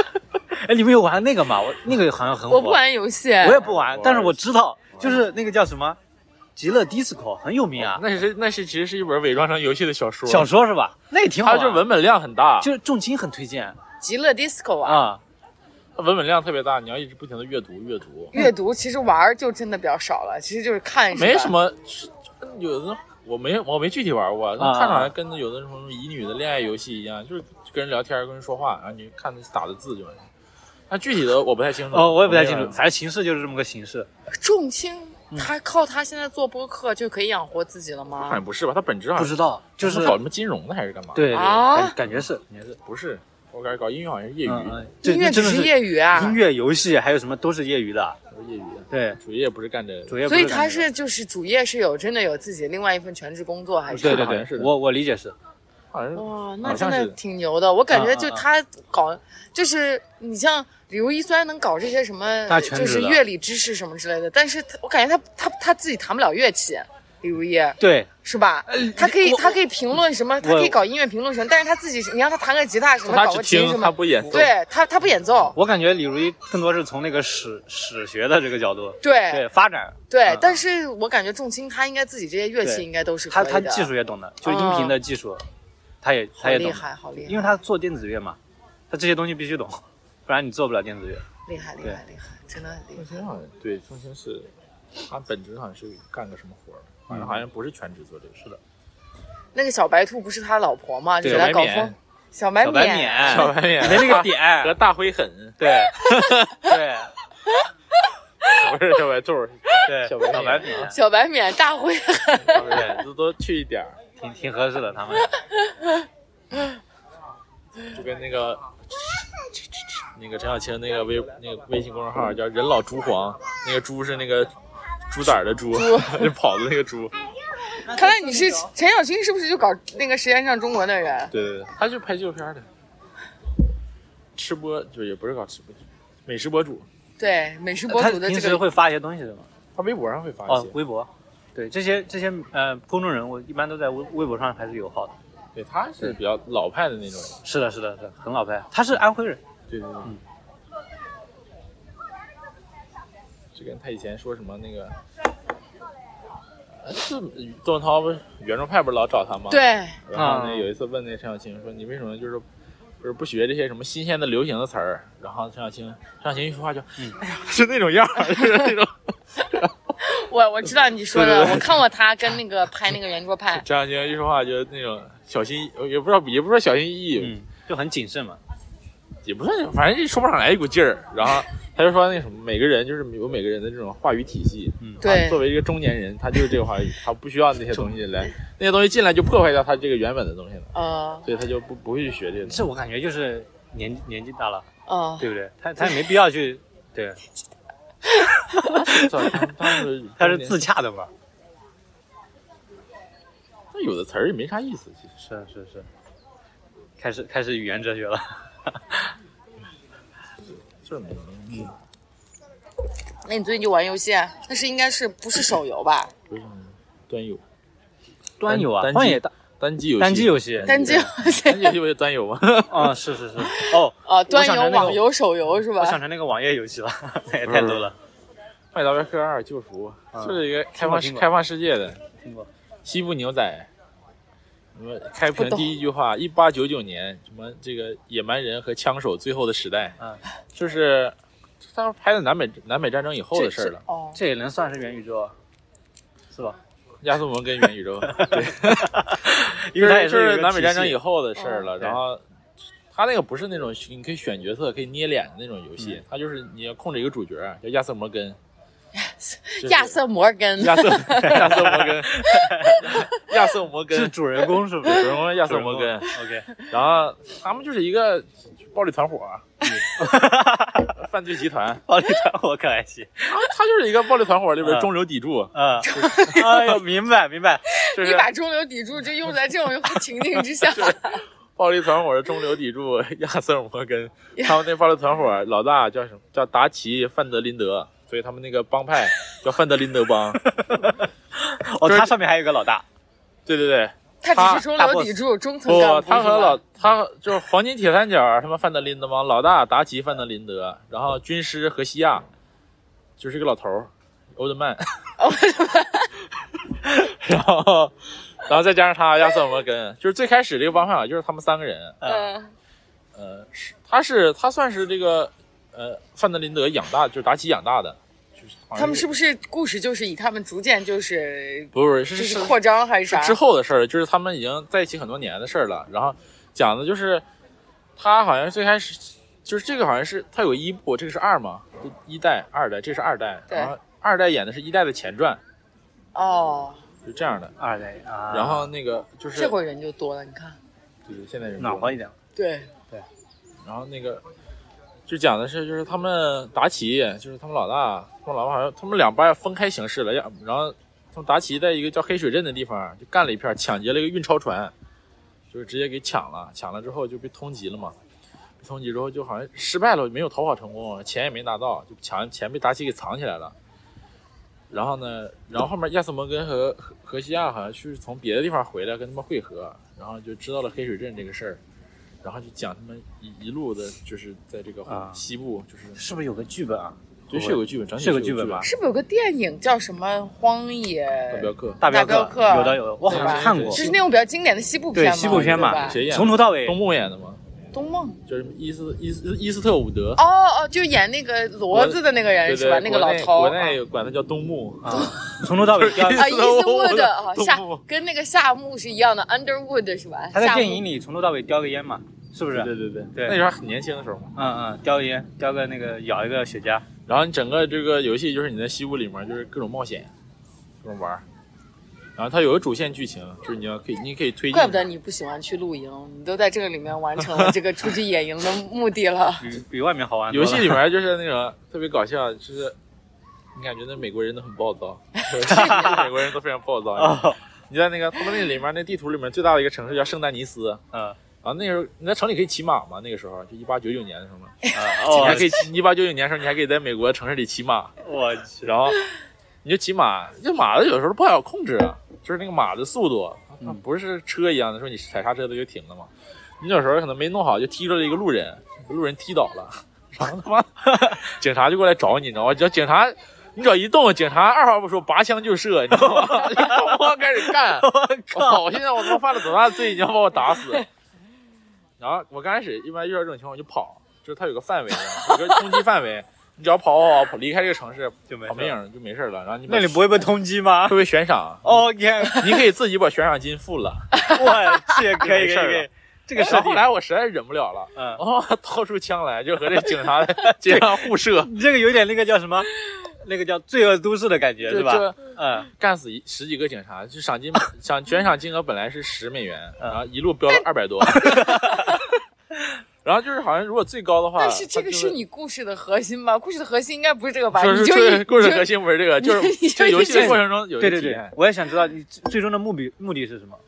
A: 哎，你们有玩那个吗？我那个好像很火，
B: 我不，玩游戏，
A: 我也不玩
C: 我玩，
A: 但是我知道，就是那个叫什么《极乐 DISCO》很有名啊，
C: 哦那是那是其实是一本伪装成游戏的小说，
A: 小说是吧？那也挺好
C: 它
A: 玩，
C: 就是文本量很大，
A: 就是重金很推荐
B: 极乐 disco 啊。
A: 啊。
C: 它文本量特别大，你要一直不停的阅读阅读，
B: 阅读其实玩儿就真的比较少了，其实就是看。
C: 没什。么，有的我没我没具体玩过，但
A: 啊
C: 看着好像跟有的什么乙女的恋爱游戏一样，就是跟人聊天跟人说话，然后你看他打的字就完事儿。但具体的我不太清楚，
A: 哦，我也不太清楚，
C: 没玩
A: 反正形式就是这么个形式。
B: 重青，
A: 嗯
B: 他靠他现在做播客就可以养活自己了
C: 好
B: 吗？
C: 像不是吧？它本啊质好
A: 不
C: 像
A: 知道，就是
C: 搞什么金融的还是干嘛？，
A: 对对，
B: 啊
A: 感感觉是感觉是，
C: 不是，我感觉搞音乐好像是业余，
A: 嗯嗯，这
B: 音乐
A: 那
B: 只
A: 真的是
B: 业余啊，
A: 音乐、游戏还有什么都是业余的，
C: 都是业余的，
A: 对，
C: 主业不是干这个。
A: 主业不
B: 所以
A: 干
B: 他
A: 这个
B: 是就是主业是有真的有自己另外一份全职工作还是？
A: 对
C: 好像
A: 对
C: 是
A: 对，
C: 的
A: 我我理解是，
C: 好像是
B: 哇，那
C: 好
B: 真
C: 像
B: 的
C: 是
B: 挺牛的。我感觉
A: 啊
B: 就
A: 啊啊
B: 他搞，就是你像李如一，虽然能搞这些什么
A: 他，全
B: 就
A: 职
B: 是
A: 的
B: 乐理知识什么之类的，但是他我感觉他他他自己弹不了乐器，李如一。
A: 对
B: 是吧？他可以，他可以评论什么，他
A: 呃我
B: 可以搞音乐评论什么，但是他自己，你让他弹个吉他什么，
C: 他
B: 搞
C: 只
B: 个琴什
C: 听他
B: 么，
C: 不演奏，
B: 对他，他不演奏，
A: 我感觉李如一更多是从那个史史学的这个角度，对
B: 对
A: 发展，
B: 对
A: 嗯。
B: 但是我感觉重青他应该自己这些乐器
A: 对
B: 应该都是
A: 他
B: 可以
A: 他
B: 的，嗯
A: 技术也懂的，就音频的技术，他也
B: 好
A: 他也
B: 厉
A: 懂，
B: 害，好厉
A: 因
B: 害，
A: 为他做电子乐嘛，他这些东西必须懂，不然你做不了电子乐。
B: 厉害厉
A: 对
B: 害厉害，真的很厉
C: 中
B: 害。
C: 心好像对中心是，他本职好像是干个什么活儿，反
A: 嗯
C: 正好像不是全职做这个。是的，
B: 那个小白兔不是他老婆吗？就
A: 对
B: 给
C: 小
B: 他
C: 白
B: 搞
C: 免
B: 疯，，小白
A: 小白
B: 免，
A: 免，
C: 小白免
A: 嗯你的那 个
C: 和
A: 点，
C: 大灰狠，
A: 对对
C: 不是小白兔，
A: 对，
C: 小白
A: 小白
C: 免
A: 免，
B: 小白免大会，
C: 对，这都去一点儿，
A: 挺挺合适的， 他们
C: 就跟那个那个陈小青那个微那个微信公众号叫“人老珠黄”，那个猪是那个猪崽儿的猪，就 跑的那个猪。
B: 看来你是陈小青，是不是就搞那个《舌尖上中国》的人？
C: 对对对，他就拍纪录片儿的，吃播就也不是搞吃播，美食博主，
B: 对，美食博
A: 他
B: 主的
A: 平
B: 这
A: 时
B: 个
A: 会发一些东西的嘛。
C: 他微博上会发一
A: 哦
C: 些，。
A: 微博，对这些这些呃公众人物一般都在微微博上还是有号的。
C: 对，他是比较老派的那种人。
A: 是的，是的，是的，很老派。他是安徽人，
C: 对对对。就跟他以前说什么那个，呃是窦文涛不是原著派不是老找他吗？。
B: 对，
C: 然后呢，
A: 啊
C: 有一次问那陈小青说：“你为什么就是就是不学这些什么新鲜的流行的词儿？”然后陈小青，陈小青一说话就，
A: 嗯
C: 哎呀，是那种样 儿，就是那种。
B: 我我知道你说的
C: 对对，对
B: 我看过他跟那个拍那个圆桌派，
C: 陈小青一说话就那种小心，也不知道也不是说小心翼翼，
A: 嗯，就很谨慎嘛。
C: 也不算，反正就说不上来一股劲儿。然后他就说那什么，每个人就是有每个人的这种话语体系。
A: 嗯，
B: 对
C: 他作为一个中年人，他就是这个话语，他不需要那些东西来，那些东西进来就破坏掉他这个原本的东西了，
B: 呃
C: 所以他就不不会去学这些东西。
A: 这我感觉就是年年纪大了，
B: 呃，
A: 对不对？他他也没必要 去，对，
C: 算了他们他们中年
A: 他是自洽的嘛。
C: 他有的词儿也没啥意思，其
A: 是
C: 实
A: 是是，开始开始语言哲学了。
C: 就是没有。嗯，
B: 那你最近就玩游戏？啊 那是应该是不是手游吧？
C: 不是端友，
A: 端游啊
C: 单，
A: 荒野大
C: 单机游戏，
A: 单机游戏
B: 单机游戏
C: 单机游戏不就端游吗？
A: 啊，是是是， 哦，
B: 哦，端
A: 想
B: 游、
A: 成那个
B: 网游、手游是
A: 我想
B: 吧？
A: 成那个网页游戏了， 也太多了，
C: 《麦达维克二：救赎》啊
A: 嗯
C: 就是一个开
A: 听过
C: 放
A: 听过
C: 开放世界的
A: 听过
C: 西部牛仔。什么开
B: 不
C: 屏
B: 懂
C: 第一句话：一八九九年，什么这个野蛮人和枪手最后的时代，
A: 嗯，
C: 就是他拍的南北南北战争以后
A: 这
C: 的事儿了。
B: 哦，
A: 这也能算是元宇宙啊，是吧？
C: 亚瑟蒙跟 元宇宙，对，
A: 因为它也
C: 就
A: 一
C: 是
A: 个
C: 是南北
A: 体
C: 战争
A: 系
C: 以后的事儿了。
A: 嗯
C: 然后他那个不是那种你可以选角色、可以捏脸的那种游
A: 嗯
C: 戏，他就是你要控制一个主角叫亚瑟 摩根，就是
B: 亚瑟摩根，
C: 亚瑟 亚瑟摩 根，亚瑟摩
A: 是
C: 根，
A: 主人公是不
C: 主
A: 是？
C: 人公亚瑟摩根。
A: ，OK，
C: 然后他们就是一个暴力团伙，啊
A: 嗯
C: 犯罪集团。
A: 暴力团伙可爱些，
C: 他他就是一个暴力团伙里边
A: 嗯
C: 中流砥柱，
A: 嗯，哎呦，明白明白，
C: 就
B: 你
C: 是
B: 把中流砥柱就用在这种情境 之下，
C: 暴力团伙的中流砥柱 亚瑟摩根，他们那暴力 团伙老大叫什么？叫达奇·范德林德，所以他们那个 帮派叫范德林德帮。
A: 哦，
C: 就是
A: 它上面还有一个老大，
C: 对对 对，
B: 他只是中
A: 大
B: 流
A: boss
B: 砥柱，中层
C: 不
B: 干，部
C: 他
B: 是吧
C: 和老他就是黄金铁三角，他们范德林德帮老大达奇·范德林德，然后军师荷西亚，就是一个老头儿，欧德曼，
B: 哦
C: 然后然后再加上他亚瑟摩根，就是最开始这个帮派啊就是他们三个人，
A: 嗯，
B: 嗯，
C: 呃，是他是他算是这个呃范德林德养大，就是达奇养大的，就是好像
B: 他们是不是故事就是以他们逐渐就是
C: 不是
B: 就是是
C: 是
B: 扩张还是
C: 是
B: 啥？
C: 之后的事儿了，就是他们已经在一起很多年的事儿了。然后讲的就是他好像最开始就是这个好像是他有一部，这个是二嘛，就一代、二代，这是二代，
B: 对
C: 然后二代演的是一代的前传，
B: 哦，
C: 就这样的。
A: 二代啊，
C: 然后那个就是
B: 这会人就多了，你看，
C: 对对现在人多
A: 暖和一点，
B: 对，
C: 然后那个就讲的是，就是他们达奇，就是他们老大，他们老大好像他们两班分开行事了，要然后他们达奇在一个叫黑水镇的地方就干了一片，抢劫了一个运钞船，就是直接给抢了，抢了之后就被通缉了嘛，被通缉之后就好像失败了，没有逃跑成功，钱也没拿到，就抢钱被达奇给藏起来了。然后呢，然后后面亚瑟摩根和和和西亚好像是从别的地方回来跟他们会合，然后就知道了黑水镇这个事儿，然后就讲他们一一路的，就是在这个
A: 啊
C: 西部，就是
A: 是不是有个剧本啊？
C: 对，是有个剧本，整体
A: 是有
C: 有
A: 个剧本吧
B: 是不是有个电影叫什么《荒野
C: 大镖客，
A: 大
B: 大
A: 镖
B: 镖客
A: 有的有的，我好像
B: 对吧
A: 是看
C: 哦
A: 过，
B: 就是那种比较经典的西部片
A: 对
B: 嘛，
A: 西部片
B: 对
A: 嘛
B: 吧，
C: 谁演的？
A: 从头到尾
C: 东木演的吗？
B: 东梦。
C: 就是伊斯伊斯伊斯特伍德，
B: 哦哦，就演那个骡子的那个人
C: 对
B: 是
C: 对，
B: 吧？那个
C: 国
B: 老
C: 内
B: 头
C: 国
B: 啊
C: 内管他叫东木，
A: 啊，从头到 尾都要。
C: 哎
B: 啊，伊斯沃德啊，
C: 东
B: 夏
C: 部
B: 跟那个夏目是一样的，Underwood 是吧？
A: 他在
B: 夏目
A: 电影里从头到尾叼个烟嘛，是不是？
C: 对对对
A: 对
C: 那时候还很年轻的时候嘛。
A: 嗯嗯，叼个烟，叼个那个咬一个雪茄，。
C: 然后你整个这个游戏就是你在西部里面就是各种冒险，各种玩儿。然后它有个主线剧情，就是你要可以，你可以推进。
B: 怪不得你不喜欢去露营，你都在这个里面完成了这个出去野营的目的 了
C: 啊
A: 比比外面好玩多
C: 游
A: 了。
C: 戏里面就是那种特别搞笑，就是你感觉那美国人都很暴 躁，美国人都非常暴 躁。
A: 哦，
C: 你在那个他们那里面那地图里面最大的一个城市叫圣丹尼斯，
A: 嗯 啊
C: 啊，那时候你在城里可以骑马嘛？那个时候就一八九九年的时候嘛，你还
A: 哦
C: 可，以骑。一八九九年的时候，你还可以在美国城市里骑马，
A: 我去，
C: 然后你就骑马，这马子有时候不好控制啊，就是那个马的速度，它
A: 嗯
C: 不是车一样的，说你踩刹车它就停了嘛。你有时候可能没弄好，就踢着了一个路人，路人踢倒了，然后 他妈警察就过来找你，你知道吗？只要警察。你只要一动，警察二话不说，拔枪就射，你知道吗？ 就咣开始干，
A: 我
C: 我
A: 靠，
C: 操！我现在我他妈犯了多大的罪，你要把我打死？然后我刚开始一般遇到这种情况我就跑，就是它有个范围，有个冲击范围，你只要跑跑跑离开这个城市，
A: 就没
C: 跑没
A: 事
C: 影
A: 了。
C: 儿就没事儿了。然后你把
A: 那你不会被通缉吗
C: 会不会悬赏？
A: 哦，你看，
C: 你可以自己把悬赏金 付了。
A: 我去，可以可
C: 没
A: 以
C: 事儿
A: 可以
C: 了，
A: 这个设
C: 然后
A: 定
C: 后，来我实在忍不了了，
A: 嗯
C: 我 他妈掏出枪来，就和这 警察在街上互射，
A: 你这个有点那个叫什么，那个叫罪恶都市的感觉
C: 就是
A: 吧？
C: 就
A: 嗯，
C: 干死一十几个警察，就赏金赏悬赏金额本来是十美元，
A: 嗯
C: 然后一路飙到二百 多。然后就是好像如果最高的话，
B: 但是这
C: 它
B: 个
C: 就是
B: 你故事的核心吗？故事的核心应该不是这个吧？
C: 就是
B: 你就
C: 就是
B: 一
C: 故事核
B: 就
C: 心不是这个，就
B: 你
C: 是
B: 就
C: 这游戏
B: 一
C: 的
B: 直
C: 过程中有一
A: 对
C: 个
A: 对
C: 体
A: 对
C: 验，，
A: 我也想知道你最最终的目的目的是什么？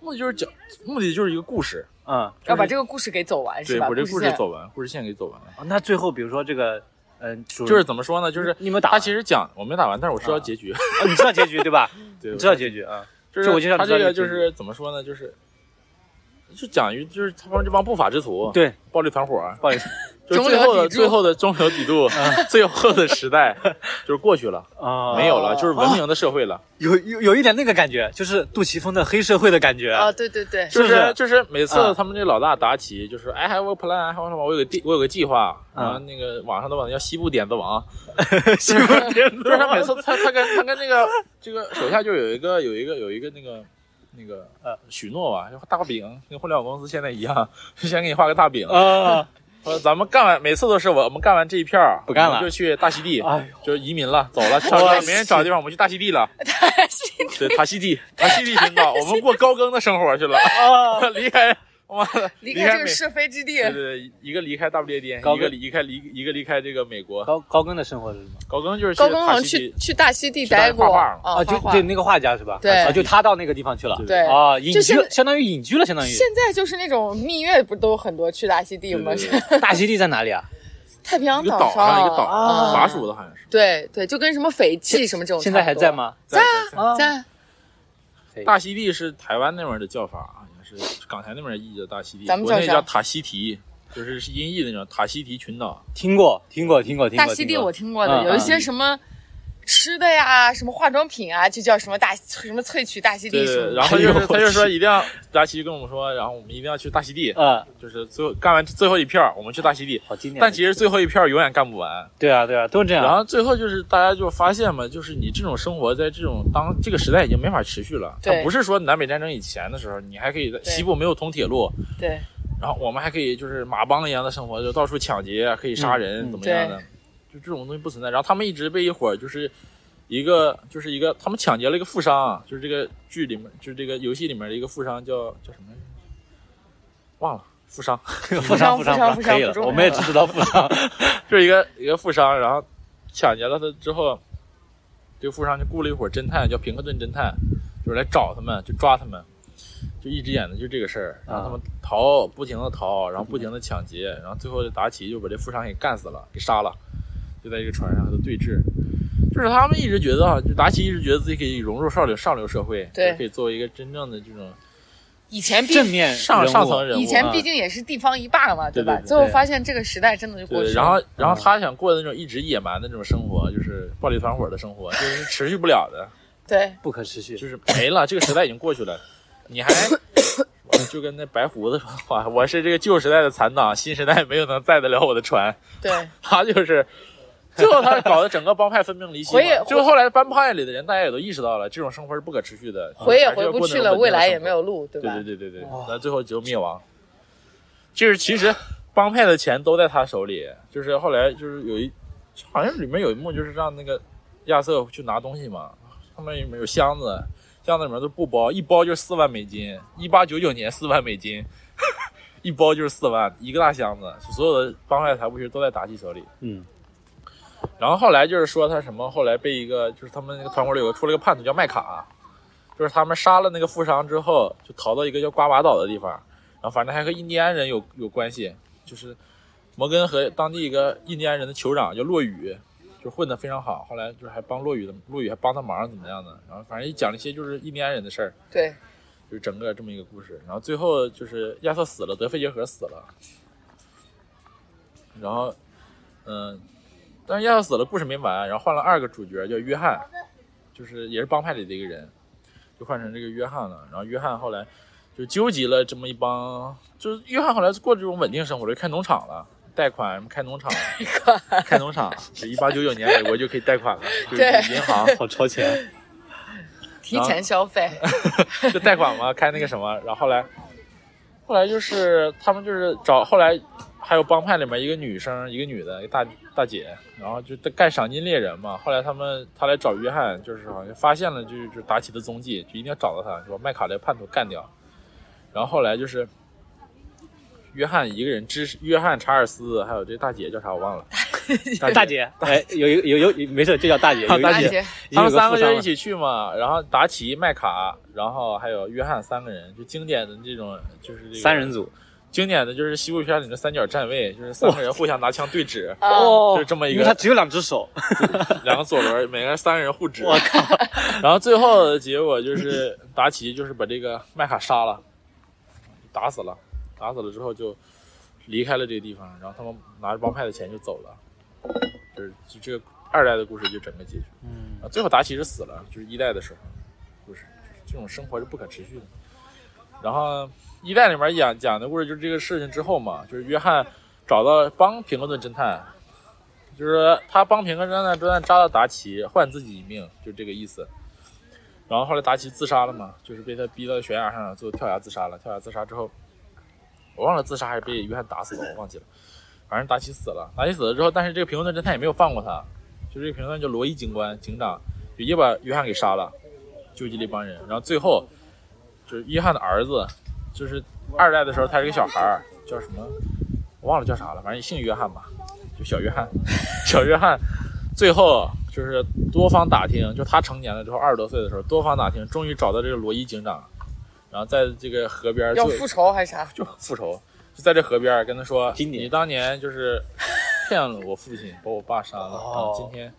C: 目的就是讲目的就是一个故事，
A: 嗯，
B: 要把这个故事给走完
C: 对
B: 是吧？
C: 我这故
B: 线
C: 事走完，故事线给走完了。
A: 哦那最后比如说这个，嗯，主
C: 就是怎么说呢？就是
A: 你们打
C: 他
A: 完，
C: 其实讲我没打完，但是我知道
A: 啊
C: 结局，
A: 哦你知道结局对吧？
C: 对
A: 你知道结局啊？
C: 就
A: 就我就想
C: 是他
A: 知道
C: 这个
A: 这
C: 就
A: 个
C: 是怎么说呢？就是就讲于就是他们这帮不法之徒，
A: 对，
C: 暴力团伙儿，
A: 不好意思
C: 就是
B: 中
C: 最
B: 流
C: 后的
B: 砥柱
C: 最后的中流砥柱，
A: 嗯
C: 最后的时代就是过去了，
A: 啊，
C: 没有了，
B: 哦
C: 就是文明的社会了。
A: 有有有一点那个感觉，就是杜琪峰的黑社会的感觉。
B: 啊，对对对，
A: 是
C: 就
A: 不是
C: 就是每
A: 啊
C: 次他们这老大达奇就是 I have a plan，I have a plan，我有个计我有个计划，
A: 啊
C: 然后那个网上都管他叫西部点子王，
A: 西部片 子
C: 就是他每次他他跟他跟那个这个手下就有一个有一个有一个那个那个
A: 呃
C: 许诺吧，就大饼，跟互联网公司现在一样，就先给你画个大饼，
A: 啊，
C: 说咱们干完每次都是我我们干完这一片儿
A: 不干了
C: 我们就去大溪地，
A: 哎
C: 就是移民了，走了，找明天找个地方我们去大溪地了，对，塔西地塔西地群岛，我们过高更的生活去了，
A: 啊，
C: 离开。我
B: 离
C: 离开
B: 开这个
C: 美
B: 是非之地，
C: 对对，一个离开大不列颠，
A: 高
C: 一个
A: 更
C: 离开离一个离开这个美国。
A: 高高更的生活是什么？
C: 高更就是去
B: 高更好像
C: 塔西
B: 去
C: 地
B: 去大溪地
C: 去那
B: 待
C: 儿画
B: 过
C: 画嘛
A: 啊，
B: 啊，
A: 就
B: 画画
A: 对那个画家是吧？
B: 对
A: 啊，就他到那个地方去了。
B: 对
A: 啊，隐
B: 就
A: 居
B: 现
A: 了，
B: 在
A: 相当于隐居了，相当于。
B: 现在就是那种蜜月，不都很多去大溪地
C: 对
B: 吗？
C: 对
B: 是
C: 对
A: 大溪地在哪里啊？
B: 太平洋
C: 一个
B: 岛
C: 岛上一个岛，
A: 啊
C: 法属的好像是。
B: 对对，就跟什么斐济什么这种，
A: 现在还在？吗？
C: 在
A: 啊，
B: 在，
C: 大溪地是台湾那边的叫法，好像是港台那边译叫大溪地，
B: 咱们
C: 国内
B: 叫啥
C: 叫塔西提，就是是音译的那种塔西提 群岛。
A: 听过，听过，听过，听过。
B: 大溪地
A: 听过
B: 我听过
A: 嗯
B: 的，
A: 嗯
B: 有一些什么。吃的呀，什么化妆品啊，就叫什么大什么萃取大溪地
C: 对
B: 什么
C: 对，
B: 的。
C: 然后他就
A: 哎呦
C: 是他就说一定要达西跟我们说，然后我们一定要去大溪地，
A: 呃，
C: 就是最后干完最后一片儿，我们去大溪地。
A: 好经典。
C: 但其实最后一片儿永远干不完，
A: 对啊，对啊，都是这样。
C: 然后最后就是大家就发现嘛，就是你这种生活在这种当这个时代已经没法持续了。它
B: 对
C: 不是说南北战争以前的时候，你还可以在
B: 对
C: 西部没有通铁路，
B: 对
C: 然后我们还可以就是马帮一样的生活，就到处抢劫，啊可以杀人，
A: 嗯
C: 怎么样的，就这种东西不存在。然后他们一直被一伙儿就是一个就是一个他们抢劫了一个富商，啊就是这个剧里面就是这个游戏里面的一个富商叫叫什么来着？忘了，富商。
A: 富商，富商，
B: 富
A: 富
B: 商富
A: 可
B: 商
A: 以
B: 不
A: 了，
B: 重要
A: 我们也只知道富商。
C: 就是一个一个富商，然后抢劫了他之后，这个富商就雇了一伙侦探，叫平克顿侦探，就是来找他们，就抓他们，就一直演的就这个事儿。然后他们逃，不停的逃，然后不停的抢劫，然后最后这达奇就把这富商给干死了，给杀了，就在这个船上和他对峙。就是他们一直觉得啊，就达奇一直觉得自己可以融入上流上流社会，
B: 对
C: 就是可以作为一个真正的这种
B: 以前毕
A: 正面
C: 上
A: 人物
C: 上层人物啊。
B: 以前毕竟也是地方一霸嘛，
C: 对对
B: 吧？
C: 对
B: 最后发现这个时代真的就过去了。
C: 对，然后然
B: 嗯
C: 后他想过的那种一直野蛮的那种生活，就是暴力团伙的生活，就是 持续不了的，
B: 对
A: 不可持续。
C: 就是没了，这个时代已经过去了，你还。我就跟那白胡子说话，我是这个旧时代的残党，新时代没有能载得了我的船。
B: 对
C: 他就是，最后他搞得整个帮派分崩离析嘛
B: 回也。
C: 就后来帮派里的人，大家也都意识到了，这种生活是不可持续的，
B: 回也
C: 还是
B: 回
C: 要
B: 不
C: 过那
B: 去
C: 种
B: 了，
C: 稳定
B: 未
C: 的
B: 来
C: 生
B: 也
C: 活
B: 没有路，对吧？
C: 对对对对
A: 哇
C: 那最后只有灭亡。就是其实帮派的钱都在他手里，就是后来就是有一，好像里面有一幕就是让那个亚瑟去拿东西嘛，上面里面有箱子，箱子里面都布包，一包就是四万美金，一八九九年四万美金， 一包就是四万，一个大箱子，所有的帮派财务其实都在达西手里。
A: 嗯，
C: 然后后来就是说他什么，后来被一个就是他们那个团伙里有个出了个叛徒叫麦卡，啊就是他们杀了那个富商之后，就逃到一个叫瓜瓦岛的地方，然后反正还和印第安人有有关系，就是摩根和当地一个印第安人的酋长叫落雨，就混得非常好，后来就是还帮落雨的落雨还帮他忙怎么样的，然后反正一讲了一些就是印第安人的事儿，
B: 对
C: 就是整个这么一个故事。然后最后就是亚瑟死了，德菲耶和死了，然后，嗯、但是亚瑟死了，故事没完，啊然后换了二个主角叫约翰，就是也是帮派里的一个人，就换成这个约翰了。然后约翰后来就纠集了这么一帮，就是约翰后来过这种稳定生活了，就开农场了。贷款什么开农场，开农场，就一八九九年美国就可以贷款了，就是
B: 对
C: 银行，
A: 好超 前。
B: 提
C: 啊
B: 前消费，
C: 就贷款嘛，开那个什么，然后后来，后来就是他们就是找后来还有帮派里面一个女生，一个女的，一个大大姐，然后就干赏金猎人嘛。后来他们他来找约翰，就是好像发现了就是就是达奇的踪迹，就一定要找到他，就把麦卡这个叛徒干掉。然后后来就是约翰一个人支持约翰查尔斯，还有这大姐叫啥 我忘了，
A: 大姐，哎，有一有有有，没事，就叫大姐。有一
C: 大
B: 大
A: 个
B: 姐
A: 已经有
C: 他们三
A: 个富商
C: 个啊人
A: 了
C: 一起去嘛，然后达奇、麦卡，然后还有约翰三个人，就经典的这种就是这个
A: 三人组，
C: 经典的就是西部片里的三角站位，就是三个人互相拿枪对指，
B: 啊，
C: 就是这么一
A: 哦因
C: 个
A: 为他只有两只手，
C: 两个左轮，每个人三个人互指。
A: 我靠，
C: 然后最后的结果就是达奇就是把这个麦卡杀了，打死了，打死了之后就离开了这个地方，然后他们拿着帮派的钱就走了，就是就这个二代的故事就整个结局。
A: 嗯
C: 啊，最后达奇是死了，就是一代的时候，故事就是这种生活是不可持续的。然后一代里面讲讲的故事就是这个事情之后嘛，就是约翰找到帮平克顿侦探，就是说他帮平克顿侦探抓到达奇，换自己一命，就这个意思。然后后来达奇自杀了嘛，就是被他逼到悬崖上，最后跳崖自杀了。跳崖自杀之后，我忘了自杀还是被约翰打死了，我忘记了。反正达奇死了，达奇死了之后，但是这个平克顿侦探也没有放过他，就这个评论叫罗伊警官警长，就也把约翰给杀了，救济了一帮人。然后最后就是约翰的儿子，就是二代的时候，他是个小孩儿，叫什么我忘了叫啥了，反正姓约翰吧，就小约翰。 小约翰最后就是多方打听，就他成年了之后，二十多岁的时候，多方打听，终于找到这个罗伊警长，然后在这个河边
B: 嗯要
C: 做
B: 复仇还是啥？
C: 就复仇，就在这河边儿跟他说，
A: 今年
C: 你当年就是骗了我父亲，把我爸杀了，然后
A: 哦
C: 今天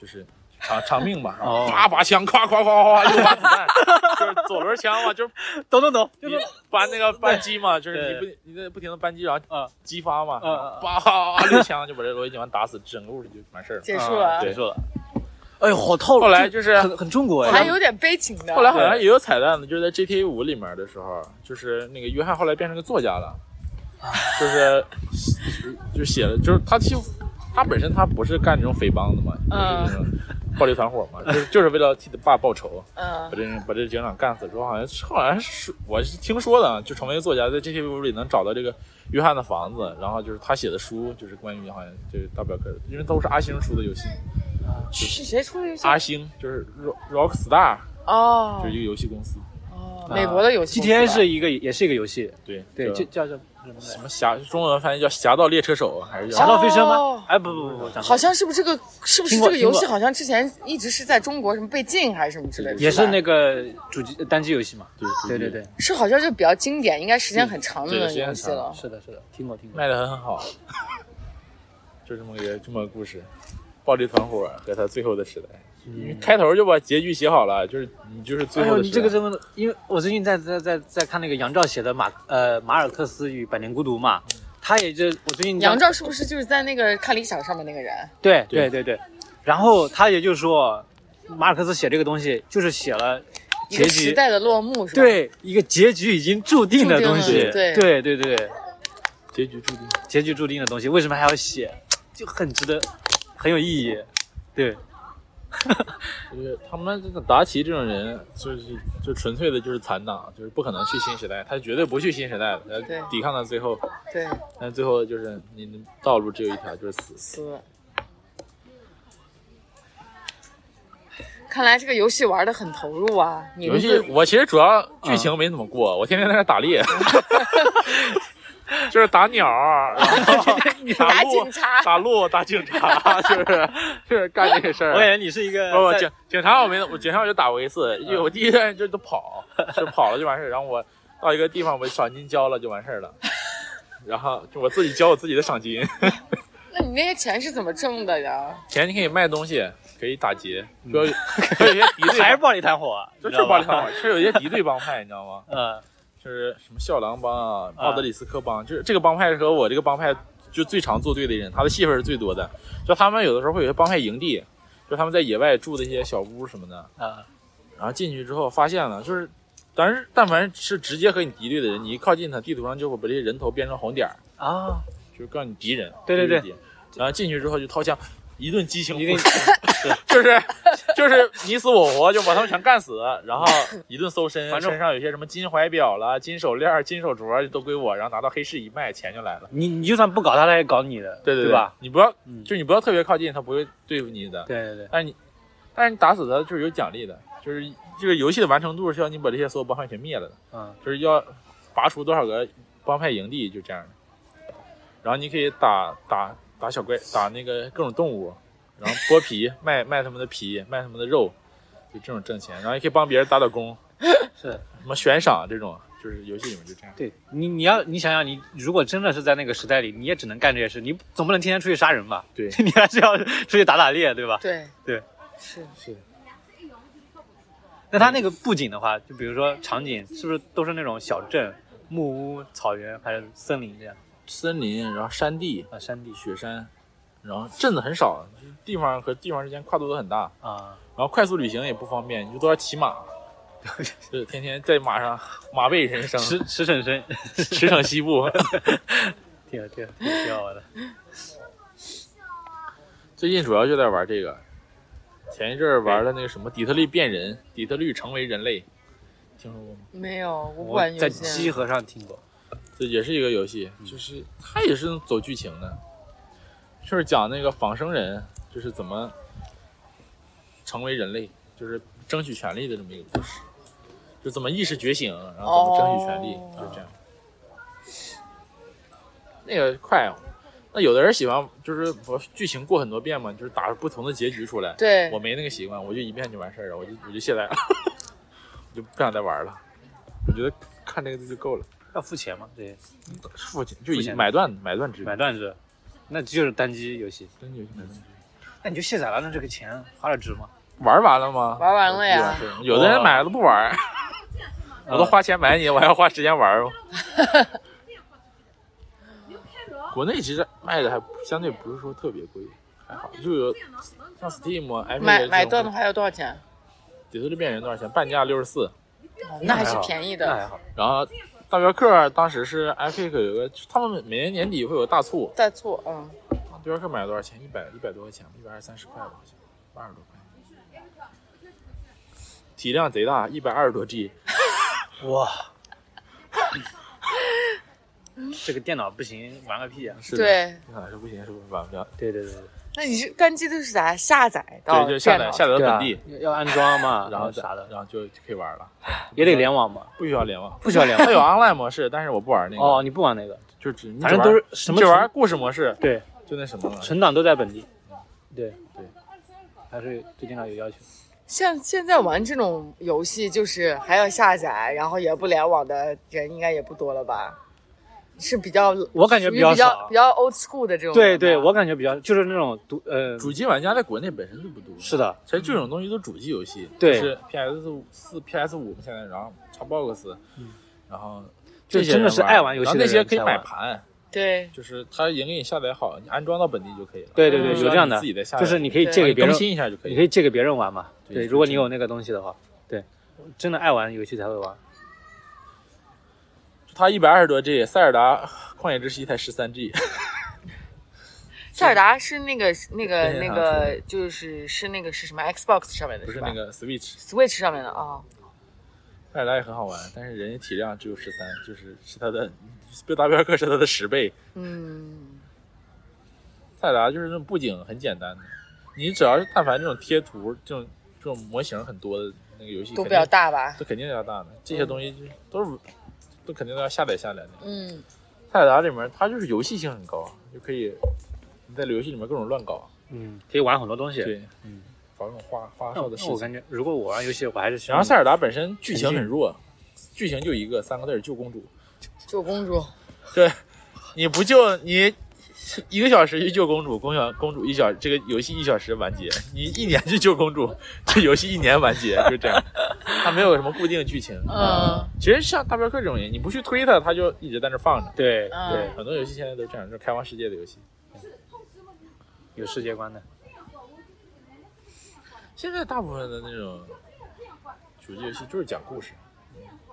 C: 就是偿偿命吧，然
A: 哦
C: 后啪把枪，咵咵咵咵咵，六发子弹，就是左轮枪嘛，就是
A: 懂懂 懂，就
C: 你
A: 是
C: 扳那个扳机嘛，就是你
A: 对
C: 不你得不停的扳机，然
A: 嗯
C: 后激发嘛，
A: 嗯
C: 然
A: 嗯
C: 后叭叭叭六枪就把这罗伊警官打死，整个故事就完事儿了。
B: 结束了
A: 啊
B: 啊，
A: 结束了。哎呦，好套路，
C: 后来就是
A: 很很中国哎
B: 还
A: 呀，
B: 有点悲情的。
C: 后来好像
A: 对
C: 也有彩蛋的，就是在 GTA 五里面的时候，就是那个约翰后来变成个作家了， 就是就写了，就是他其实他本身他不是干这种匪帮的嘛，
B: 嗯
C: 就是那种暴力团伙嘛，就是就是为了替他爸报仇，把
B: 嗯，
C: 这把这警长干死之后，好像是好像是我是听说的啊，就成为作家，在 GTA 五里能找到这个约翰的房子，然后就是他写的书，就是关于好像就是大表哥，因为都是阿星出的游戏，
B: 是谁出的游戏？
C: 阿星就是 Rock Rockstar
B: 哦
C: 啊就是一个啊游戏公司。
B: 哦，
A: 啊
B: 美国的游戏啊
A: GTA
B: 吧
A: 是一个也是一个游戏，
C: 对
A: 对，
C: 就
A: 就叫叫什么来着
C: 什么侠，中文翻译叫侠盗猎车手啊还是
A: 侠
C: 叫？
A: 盗飞车
B: 哦
A: 吗？哎，不不不不，
B: 好像是不是这个是不是
A: 听
B: 这
A: 过
B: 个游戏？
A: 听过
B: 好像之前一直是在中国什么被禁还是什么之类的，
A: 也是
B: 吧
A: 那个主机单机游戏嘛。
C: 对
A: 对对对，，
B: 是好像就比较经典，应该时间很长的
C: 对
B: 那个
C: 时间
B: 游
C: 很
B: 戏
C: 长
B: 了。
A: 是的，是的，听过听过。
C: 卖的很好， 就这么个这么个故事，暴力团伙和他最后的时代，因为开头就把结局写好了，就是你就是最
A: 嗯哎
C: 后
A: 呦，
C: 的
A: 你
C: 时代。
A: 这个真的，因为我最近在在在在看那个杨照写的马呃马尔克斯与百年孤独嘛，
C: 嗯
A: 他也就我最近在
B: 杨照是不是就是在那个看理想上面那个人？
A: 对
C: 对
A: 对对对，然后他也就说，马尔克斯写这个东西就是写了
B: 一
A: 结
B: 个时
A: 局，
B: 代的落幕是吧？，
A: 对一个结局已经注定的东
B: 注定
A: 西
B: 了，对
A: 对对对，
C: 结局注定。
A: 结局注定的东西，为什么还要写？就很值得，很有意义。对，
C: 就是他们这个达奇这种人，就是就纯粹的就是残党，就是不可能去新时代，他绝对不去新时代的，
B: 对
C: 他抵抗到最后，
B: 对，
C: 但是最后就是你的道路只有一条，就是死。
B: 死。看来这个游戏玩的很投入啊！你嗯
C: 游
B: 们
C: 戏
B: 自己
C: 我其实主要剧情没怎么过，我天天在那打猎， 就是打鸟儿，然后
B: 打
C: 打鹿
B: 警、察，
C: 打鹿、打警察，就是就是干这个事
A: 我感觉
C: 儿。
A: 你是一个
C: 呃不不，
A: 在
C: 警警察我没，我警察我就打过一次，因为我第一站就都跑，就跑了就完事儿，然后我到一个地方我赏金交了就完事儿了，然后就我自己交我自己的赏金，
B: 那你那些钱是怎么挣的呀？
C: 钱你可以卖东西，可以打劫，主要有有些敌对
A: 还是
C: 帮，
A: 暴力团伙，
C: 就
A: 你知道
C: 是
A: 吧
C: 暴力团伙，是有些敌对帮派，你知道吗？
A: 嗯
C: 就是什么笑狼帮啊、奥德里斯科帮，就是这个帮派和我这个帮派就最常作对的人，他的戏份是最多的。就他们有的时候会有些帮派营地，就他们在野外住的一些小屋什么的，
A: 啊，
C: 然后进去之后发现了，就是，但是但凡是直接和你敌对的人，你一靠近他，地图上就会把这些人头变成红点儿，
A: 啊，
C: 就是告诉你敌人。啊
A: 对对对
C: 就是敌人。然后进去之后就掏枪，一顿激情
A: 一定
C: 呼 就是 就是你死我活，就把他们全干死，然 后一顿搜身，
A: 反正
C: 身上有些什么金怀表啦、金手链、金手镯都归我，然后拿到黑市一卖，钱就来了。
A: 你你就算不搞他，他也搞你的，
C: 对
A: 对
C: 对
A: 吧？？
C: 你不要，
A: 嗯
C: 就你不要特别靠近，他不会对付你的。
A: 对对对，
C: 但是你，但是你打死他就是有奖励的，就是这个游戏的完成度是要你把这些所有帮派全灭了的，
A: 嗯
C: 就是要拔除多少个帮派营地，就这样的。然后你可以打打打小怪，打那个各种动物，然后剥皮卖卖他们的皮，卖他们的肉，就这种挣钱。然后也可以帮别人打打工，
A: 是
C: 什么悬赏这种，就是游戏里面就这样。
A: 对你，你要你想想，你如果真的是在那个时代里，你也只能干这些事，你总不能天天出去杀人吧？
C: 对
A: 你还是要出去打打猎，对吧？
B: 对
A: 对，
B: 是
C: 是的，
A: 那它那个布景的话，就比如说场景，是不是都是那种小镇、木屋、草原还是森林这样
C: 森林，然后山地、
A: 啊？山地
C: 雪山，然后镇子很少，就是地方和地方之间跨度都很大，
A: 啊，
C: 然后快速旅行也不方便，你就都要骑马， 就是天天在马上马背人生，
A: 驰驰骋深，
C: 驰骋西部。
A: 挺挺挺挺好玩的。
C: 最近主要就在玩这个，前一阵儿玩的那个什么底特律变人，底特律成为人类，听说过吗？
B: 没有，我不
A: 我
B: 玩游
A: 在
B: 戏。
A: 集合上听过，
C: 这也是一个游戏，就是它也是走剧情的，就是讲那个仿生人就是怎么成为人类，就是争取权利的这么一个故事，就怎么意识觉醒，然后怎么争取权利，
B: 哦
C: 就这样。那个快，啊那有的人喜欢就是我剧情过很多遍嘛，就是打不同的结局出来。
B: 对
C: 我，没那个习惯，我就一遍就完事儿了，我就我就卸载了，我 就不想再玩了。我觉得看这个就够了，
A: 要付钱吗？这些
C: 付钱就
A: 付
C: 已
A: 钱
C: 买断买断制，
A: 买断制，那就是单机游戏。
C: 真游戏买断制。
A: 那你就卸载了，那这个钱花了值吗？
C: 玩完了吗？
B: 玩完了
C: 不完
B: 呀
C: 事。儿啊有的人
A: 哇
C: 买了都不 玩，我都花钱买你，我还要花时间玩哦吗？国内其实卖的还相对不是说特别贵，还好，就有像 Steam 啊、Epic
B: 买
C: 这
B: 买
C: 种
B: 断的话要多少钱？
C: 底特律变人多少钱？半价六十四，
B: 那
A: 还
B: 还是
A: 好
B: 便宜
A: 那
B: 的。
A: 还好，
C: 然后大镖客当时是 Epic 有个，他们每年年底会有大促，啊
B: 大促，嗯，
C: 大镖客买了多少钱？一百一百多块钱，一百二三十块吧，好像八十多块。体量贼大，一百二十多 G，
A: 哇， 这个电脑不行，玩个屁啊！
C: 是的，
B: 对。
C: 这款是不行，是不是玩不了？
A: 对对对对。
B: 那你是单机都是咋下载到
C: 对，就下
B: 哦电
C: 载
B: 脑
C: 下载到
A: 对
C: 本
A: 啊
C: 地，，
A: 要安装嘛，
C: 然后
A: 啥的，
C: 然后就就可以玩了，
A: 也得联网嘛，
C: 不需要联网。
A: 不需要联
C: 它
A: 网。
C: 有 online 模式，但是我不玩那个，
A: 哦，你不玩那个，
C: 就只你
A: 反正
C: 只
A: 都
C: 玩
A: 是什么
C: 只玩
A: 存
C: 故事模式，
A: 对，
C: 就那什么了。
A: 存档都在本地。对
C: 对，
A: 还是对电脑有要求。
B: 像现在玩这种游戏，就是还要下载，然后也不联网的人应该也不多了吧？是比较
A: 我感觉
B: 属于
A: 比较
B: 比较
A: 少
B: 比较 old school 的这种
A: 对
B: 人吧
A: 对，我感觉比较就是那种独呃，
C: 主机玩家在国内本身就不多，
A: 是的，
C: 其实这种东西都是主机游戏，
A: 对
C: 就是 PS 四、PS 五现在，然后 Xbox，、然后
A: 就
C: 这些
A: 真的是
C: 人玩
A: 爱玩游戏的
C: 然后那些
A: 人
C: 可以
A: 才
C: 买
A: 玩
C: 盘，
B: 对
C: 就是它已经给你下载好，你安装到本地就可以了。
A: 对对对，
B: 嗯
A: 有这样的
C: 自己的下，载
A: 就是你可以借
B: 对
A: 给别人
C: 更，新一下就可
A: 你
C: 以
A: 可
C: 了。
A: 以借给别人玩嘛。
C: 对
A: 对，
C: 就
A: 如果你
C: 这样
A: 有那个东西的话，对，真的爱玩游戏才会玩。
C: 它一百二十多 G，塞尔达旷野之息才十三 G，
B: 塞尔达是那个那个那
C: 对好
B: 个就是是那个是什么 Xbox 上面的
C: 不是
B: 吧
C: 那个 Switch。
B: Switch 上面的啊、
C: 塞尔达也很好玩，但是人家体量只有十三，就是是它的 被大镖客是它的十倍。
B: 嗯，
C: 塞尔达就是那种布景很简单的，你只要是但凡这种贴图、这种这种模型很多的那个游戏，
B: 都比较大吧？
C: 这肯定要大的，这些东西就是都是都肯定都要下载下来的。
B: 嗯，
C: 塞尔达里面它就是游戏性很高，啊就可以你在游戏里面各种乱搞，
A: 嗯，可以玩很多东西。
C: 对，
A: 嗯，
C: 搞各种花花
A: 那
C: 哨
A: 我
C: 的
A: 那
C: 事
A: 我
C: 情。
A: 感觉，如果我玩游戏，我还是喜
C: 然后
A: 欢
C: 塞尔达本身剧情
A: 沉浸
C: 很弱，剧情就一个三个字儿救公主，
B: 救公主，
C: 对，你不救你。一个小时去救公主，公小公主一小这个游戏一小时完结。你一年去救公主， 这游戏一年完结，就这 样。它没有什么固定的剧情。
B: 嗯，
C: 其实像大镖客这种人，你不去推它，它就一直在那儿放着。
A: 对
B: 嗯
A: 对
C: 很多游戏现在都这样，就是开放世界的游戏。
A: 有世界观的。
C: 现在大部分的那种主机游戏就是讲故事，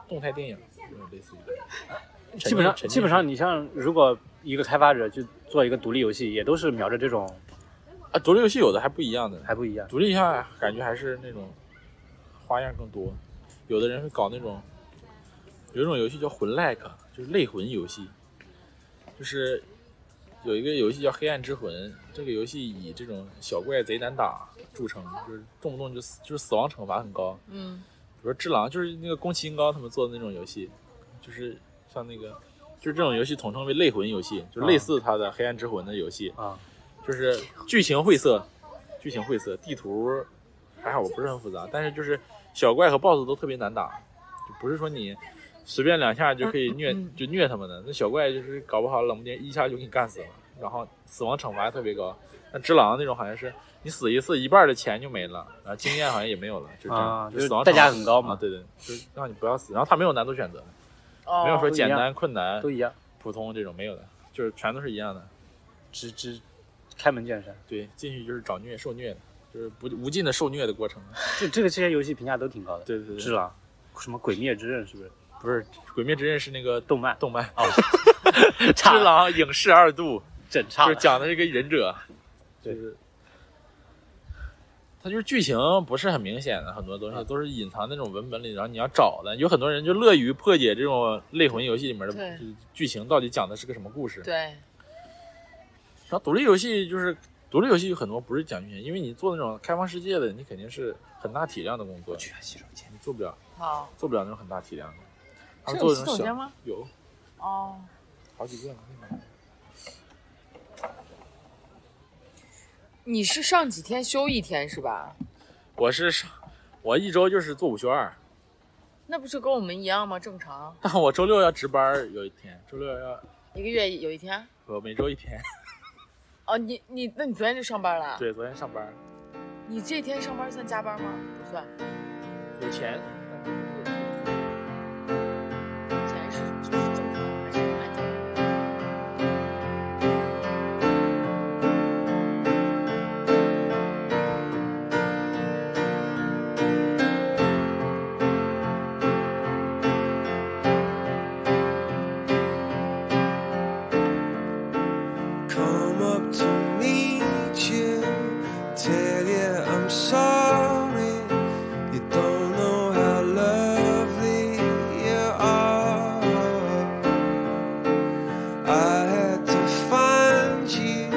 C: 动态电影，嗯类似于的。
A: 基本上，
C: 沉浸式
A: 基本上你像如果一个开发者去做一个独立游戏，也都是瞄着这种，
C: 啊，独立游戏有的还不一样的，
A: 还不一样。
C: 独立一下感觉还是那种花样更多。有的人会搞那种，有一种游戏叫魂 like，就是类魂游戏，就是有一个游戏叫《黑暗之魂》，这个游戏以这种小怪贼难打著称，就是动不动就死，就是死亡惩罚很高。
B: 嗯，
C: 比如说《只狼》，就是那个宫崎英高他们做的那种游戏，就是像那个，就是这种游戏统称为类魂游戏，就类似它的《黑暗之魂》的游戏。
A: 啊，
C: 就是剧情晦涩，剧情晦涩，地图还好，不是很复杂，但是就是小怪和 BOSS 都特别难打，就不是说你随便两下就可以虐，就虐他们的。那小怪就是搞不好冷不丁一下就给你干死了，然后死亡惩罚特别高。那只狼那种好像是你死一次一半的钱就没了，然后经验好像也没有了，就这样，
A: 啊，就
C: 就是死亡
A: 代价
C: 惩
A: 很高
C: 罚啊，
A: 嘛，
C: 对对，就是让你不要死。然后它没有难度选择，
B: 哦
C: 没有说简
A: 一
C: 单、
A: 样
C: 困难
A: 都、一样，
C: 普通这种没有的，就是全都是一样的。
A: 只只开门见山。
C: 对，进去就是找虐、受虐的，就是不无尽的受虐的过程。啊
A: 这这个这些游戏评价都挺高的，
C: 对对
A: 只
C: 对，
A: 狼，什么鬼灭之刃是不是？
C: 不是《鬼灭之刃》是那个
A: 动
C: 动
A: 漫
C: 动 漫，
A: 差
C: 只狼影视二度。
A: 整差
C: 就
A: 了
C: 是，讲的是一个忍者，
A: 对
C: 就是他就是剧情不是很明显的，很多东
A: 嗯
C: 西都是隐藏在那种文本里，然后你要找的。有很多人就乐于破解这种类魂游戏里面的
B: 对
C: 就是剧情到底讲的是个什么故事。
B: 对，
C: 然后独立游戏就是独立游戏有很多不是讲剧情，因为你做那种开放世界的，你肯定是很大体量的工作，
A: 去啊洗手间，
C: 你做不了
B: 好，
C: 做不了那种很大体量的。他
B: 是
C: 们
B: 有
C: 做
B: 洗
C: 那
B: 手
C: 种
B: 间
C: 小
B: 吗？
C: 有
B: 哦，
C: 好几个呢，那个
B: 你是上几天休一天是吧？
C: 我是上我一周就是做五休二。
B: 那不是跟我们一样吗？正常，
C: 但 我周六要值班儿，有一天，周六要
B: 一个月有一天。
C: 我每周一天。
B: 哦，你你那你昨天就上班了？
C: 对，昨天上班儿
B: 你这一天上班算加班吗？不算，
C: 有钱，
B: 钱是就是正常还是按天？
D: Come up to meet you, tell you I'm sorry. You don't know how lovely you are. I had to find you,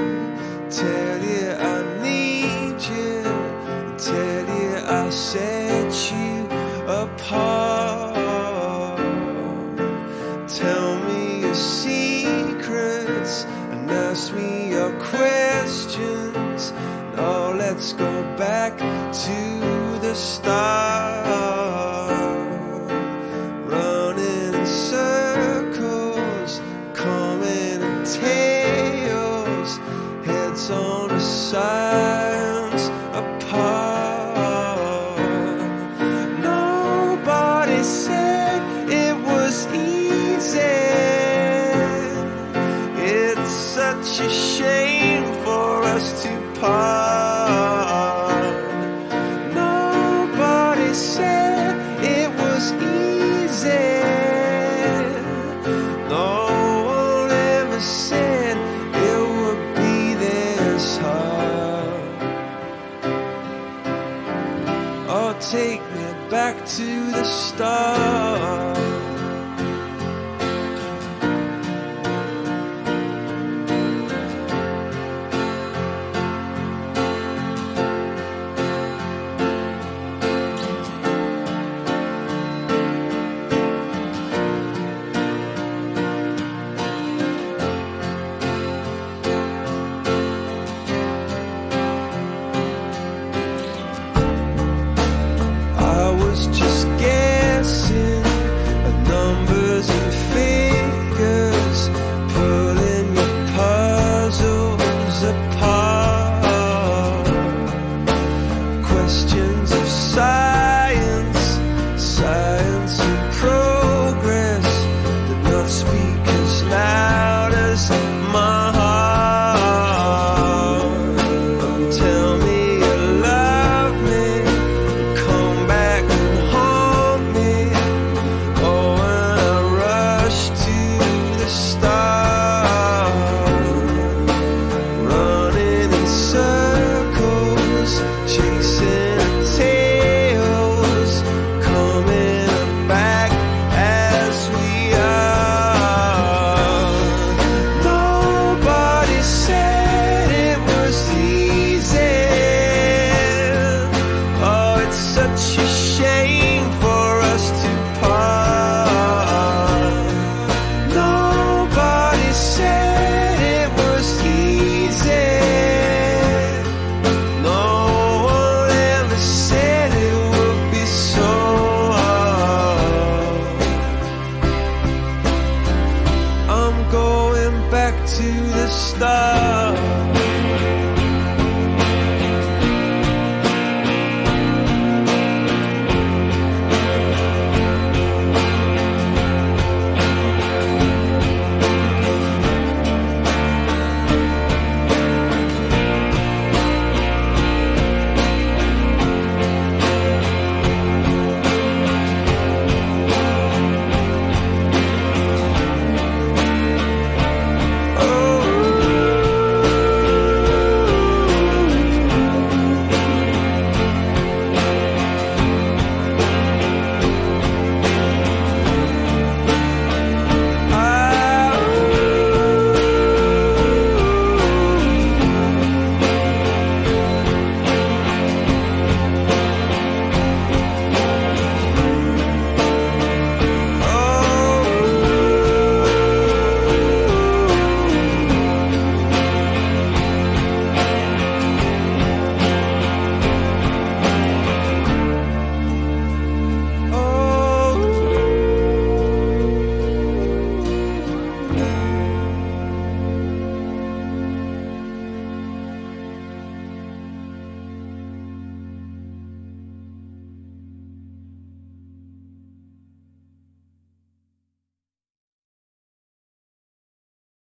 D: tell you I need you, tell you I set you apart. Tell me your secrets and ask me your questions. Now let's go back to the start. Running in circles, coming in tails, heads on the sides apart. Nobody said it was easy. It's such a shame for us to part. Nobody said it was easy. No one ever said it would be this hard. Oh, take me back to the start. Oh, Oh, Oh, oh,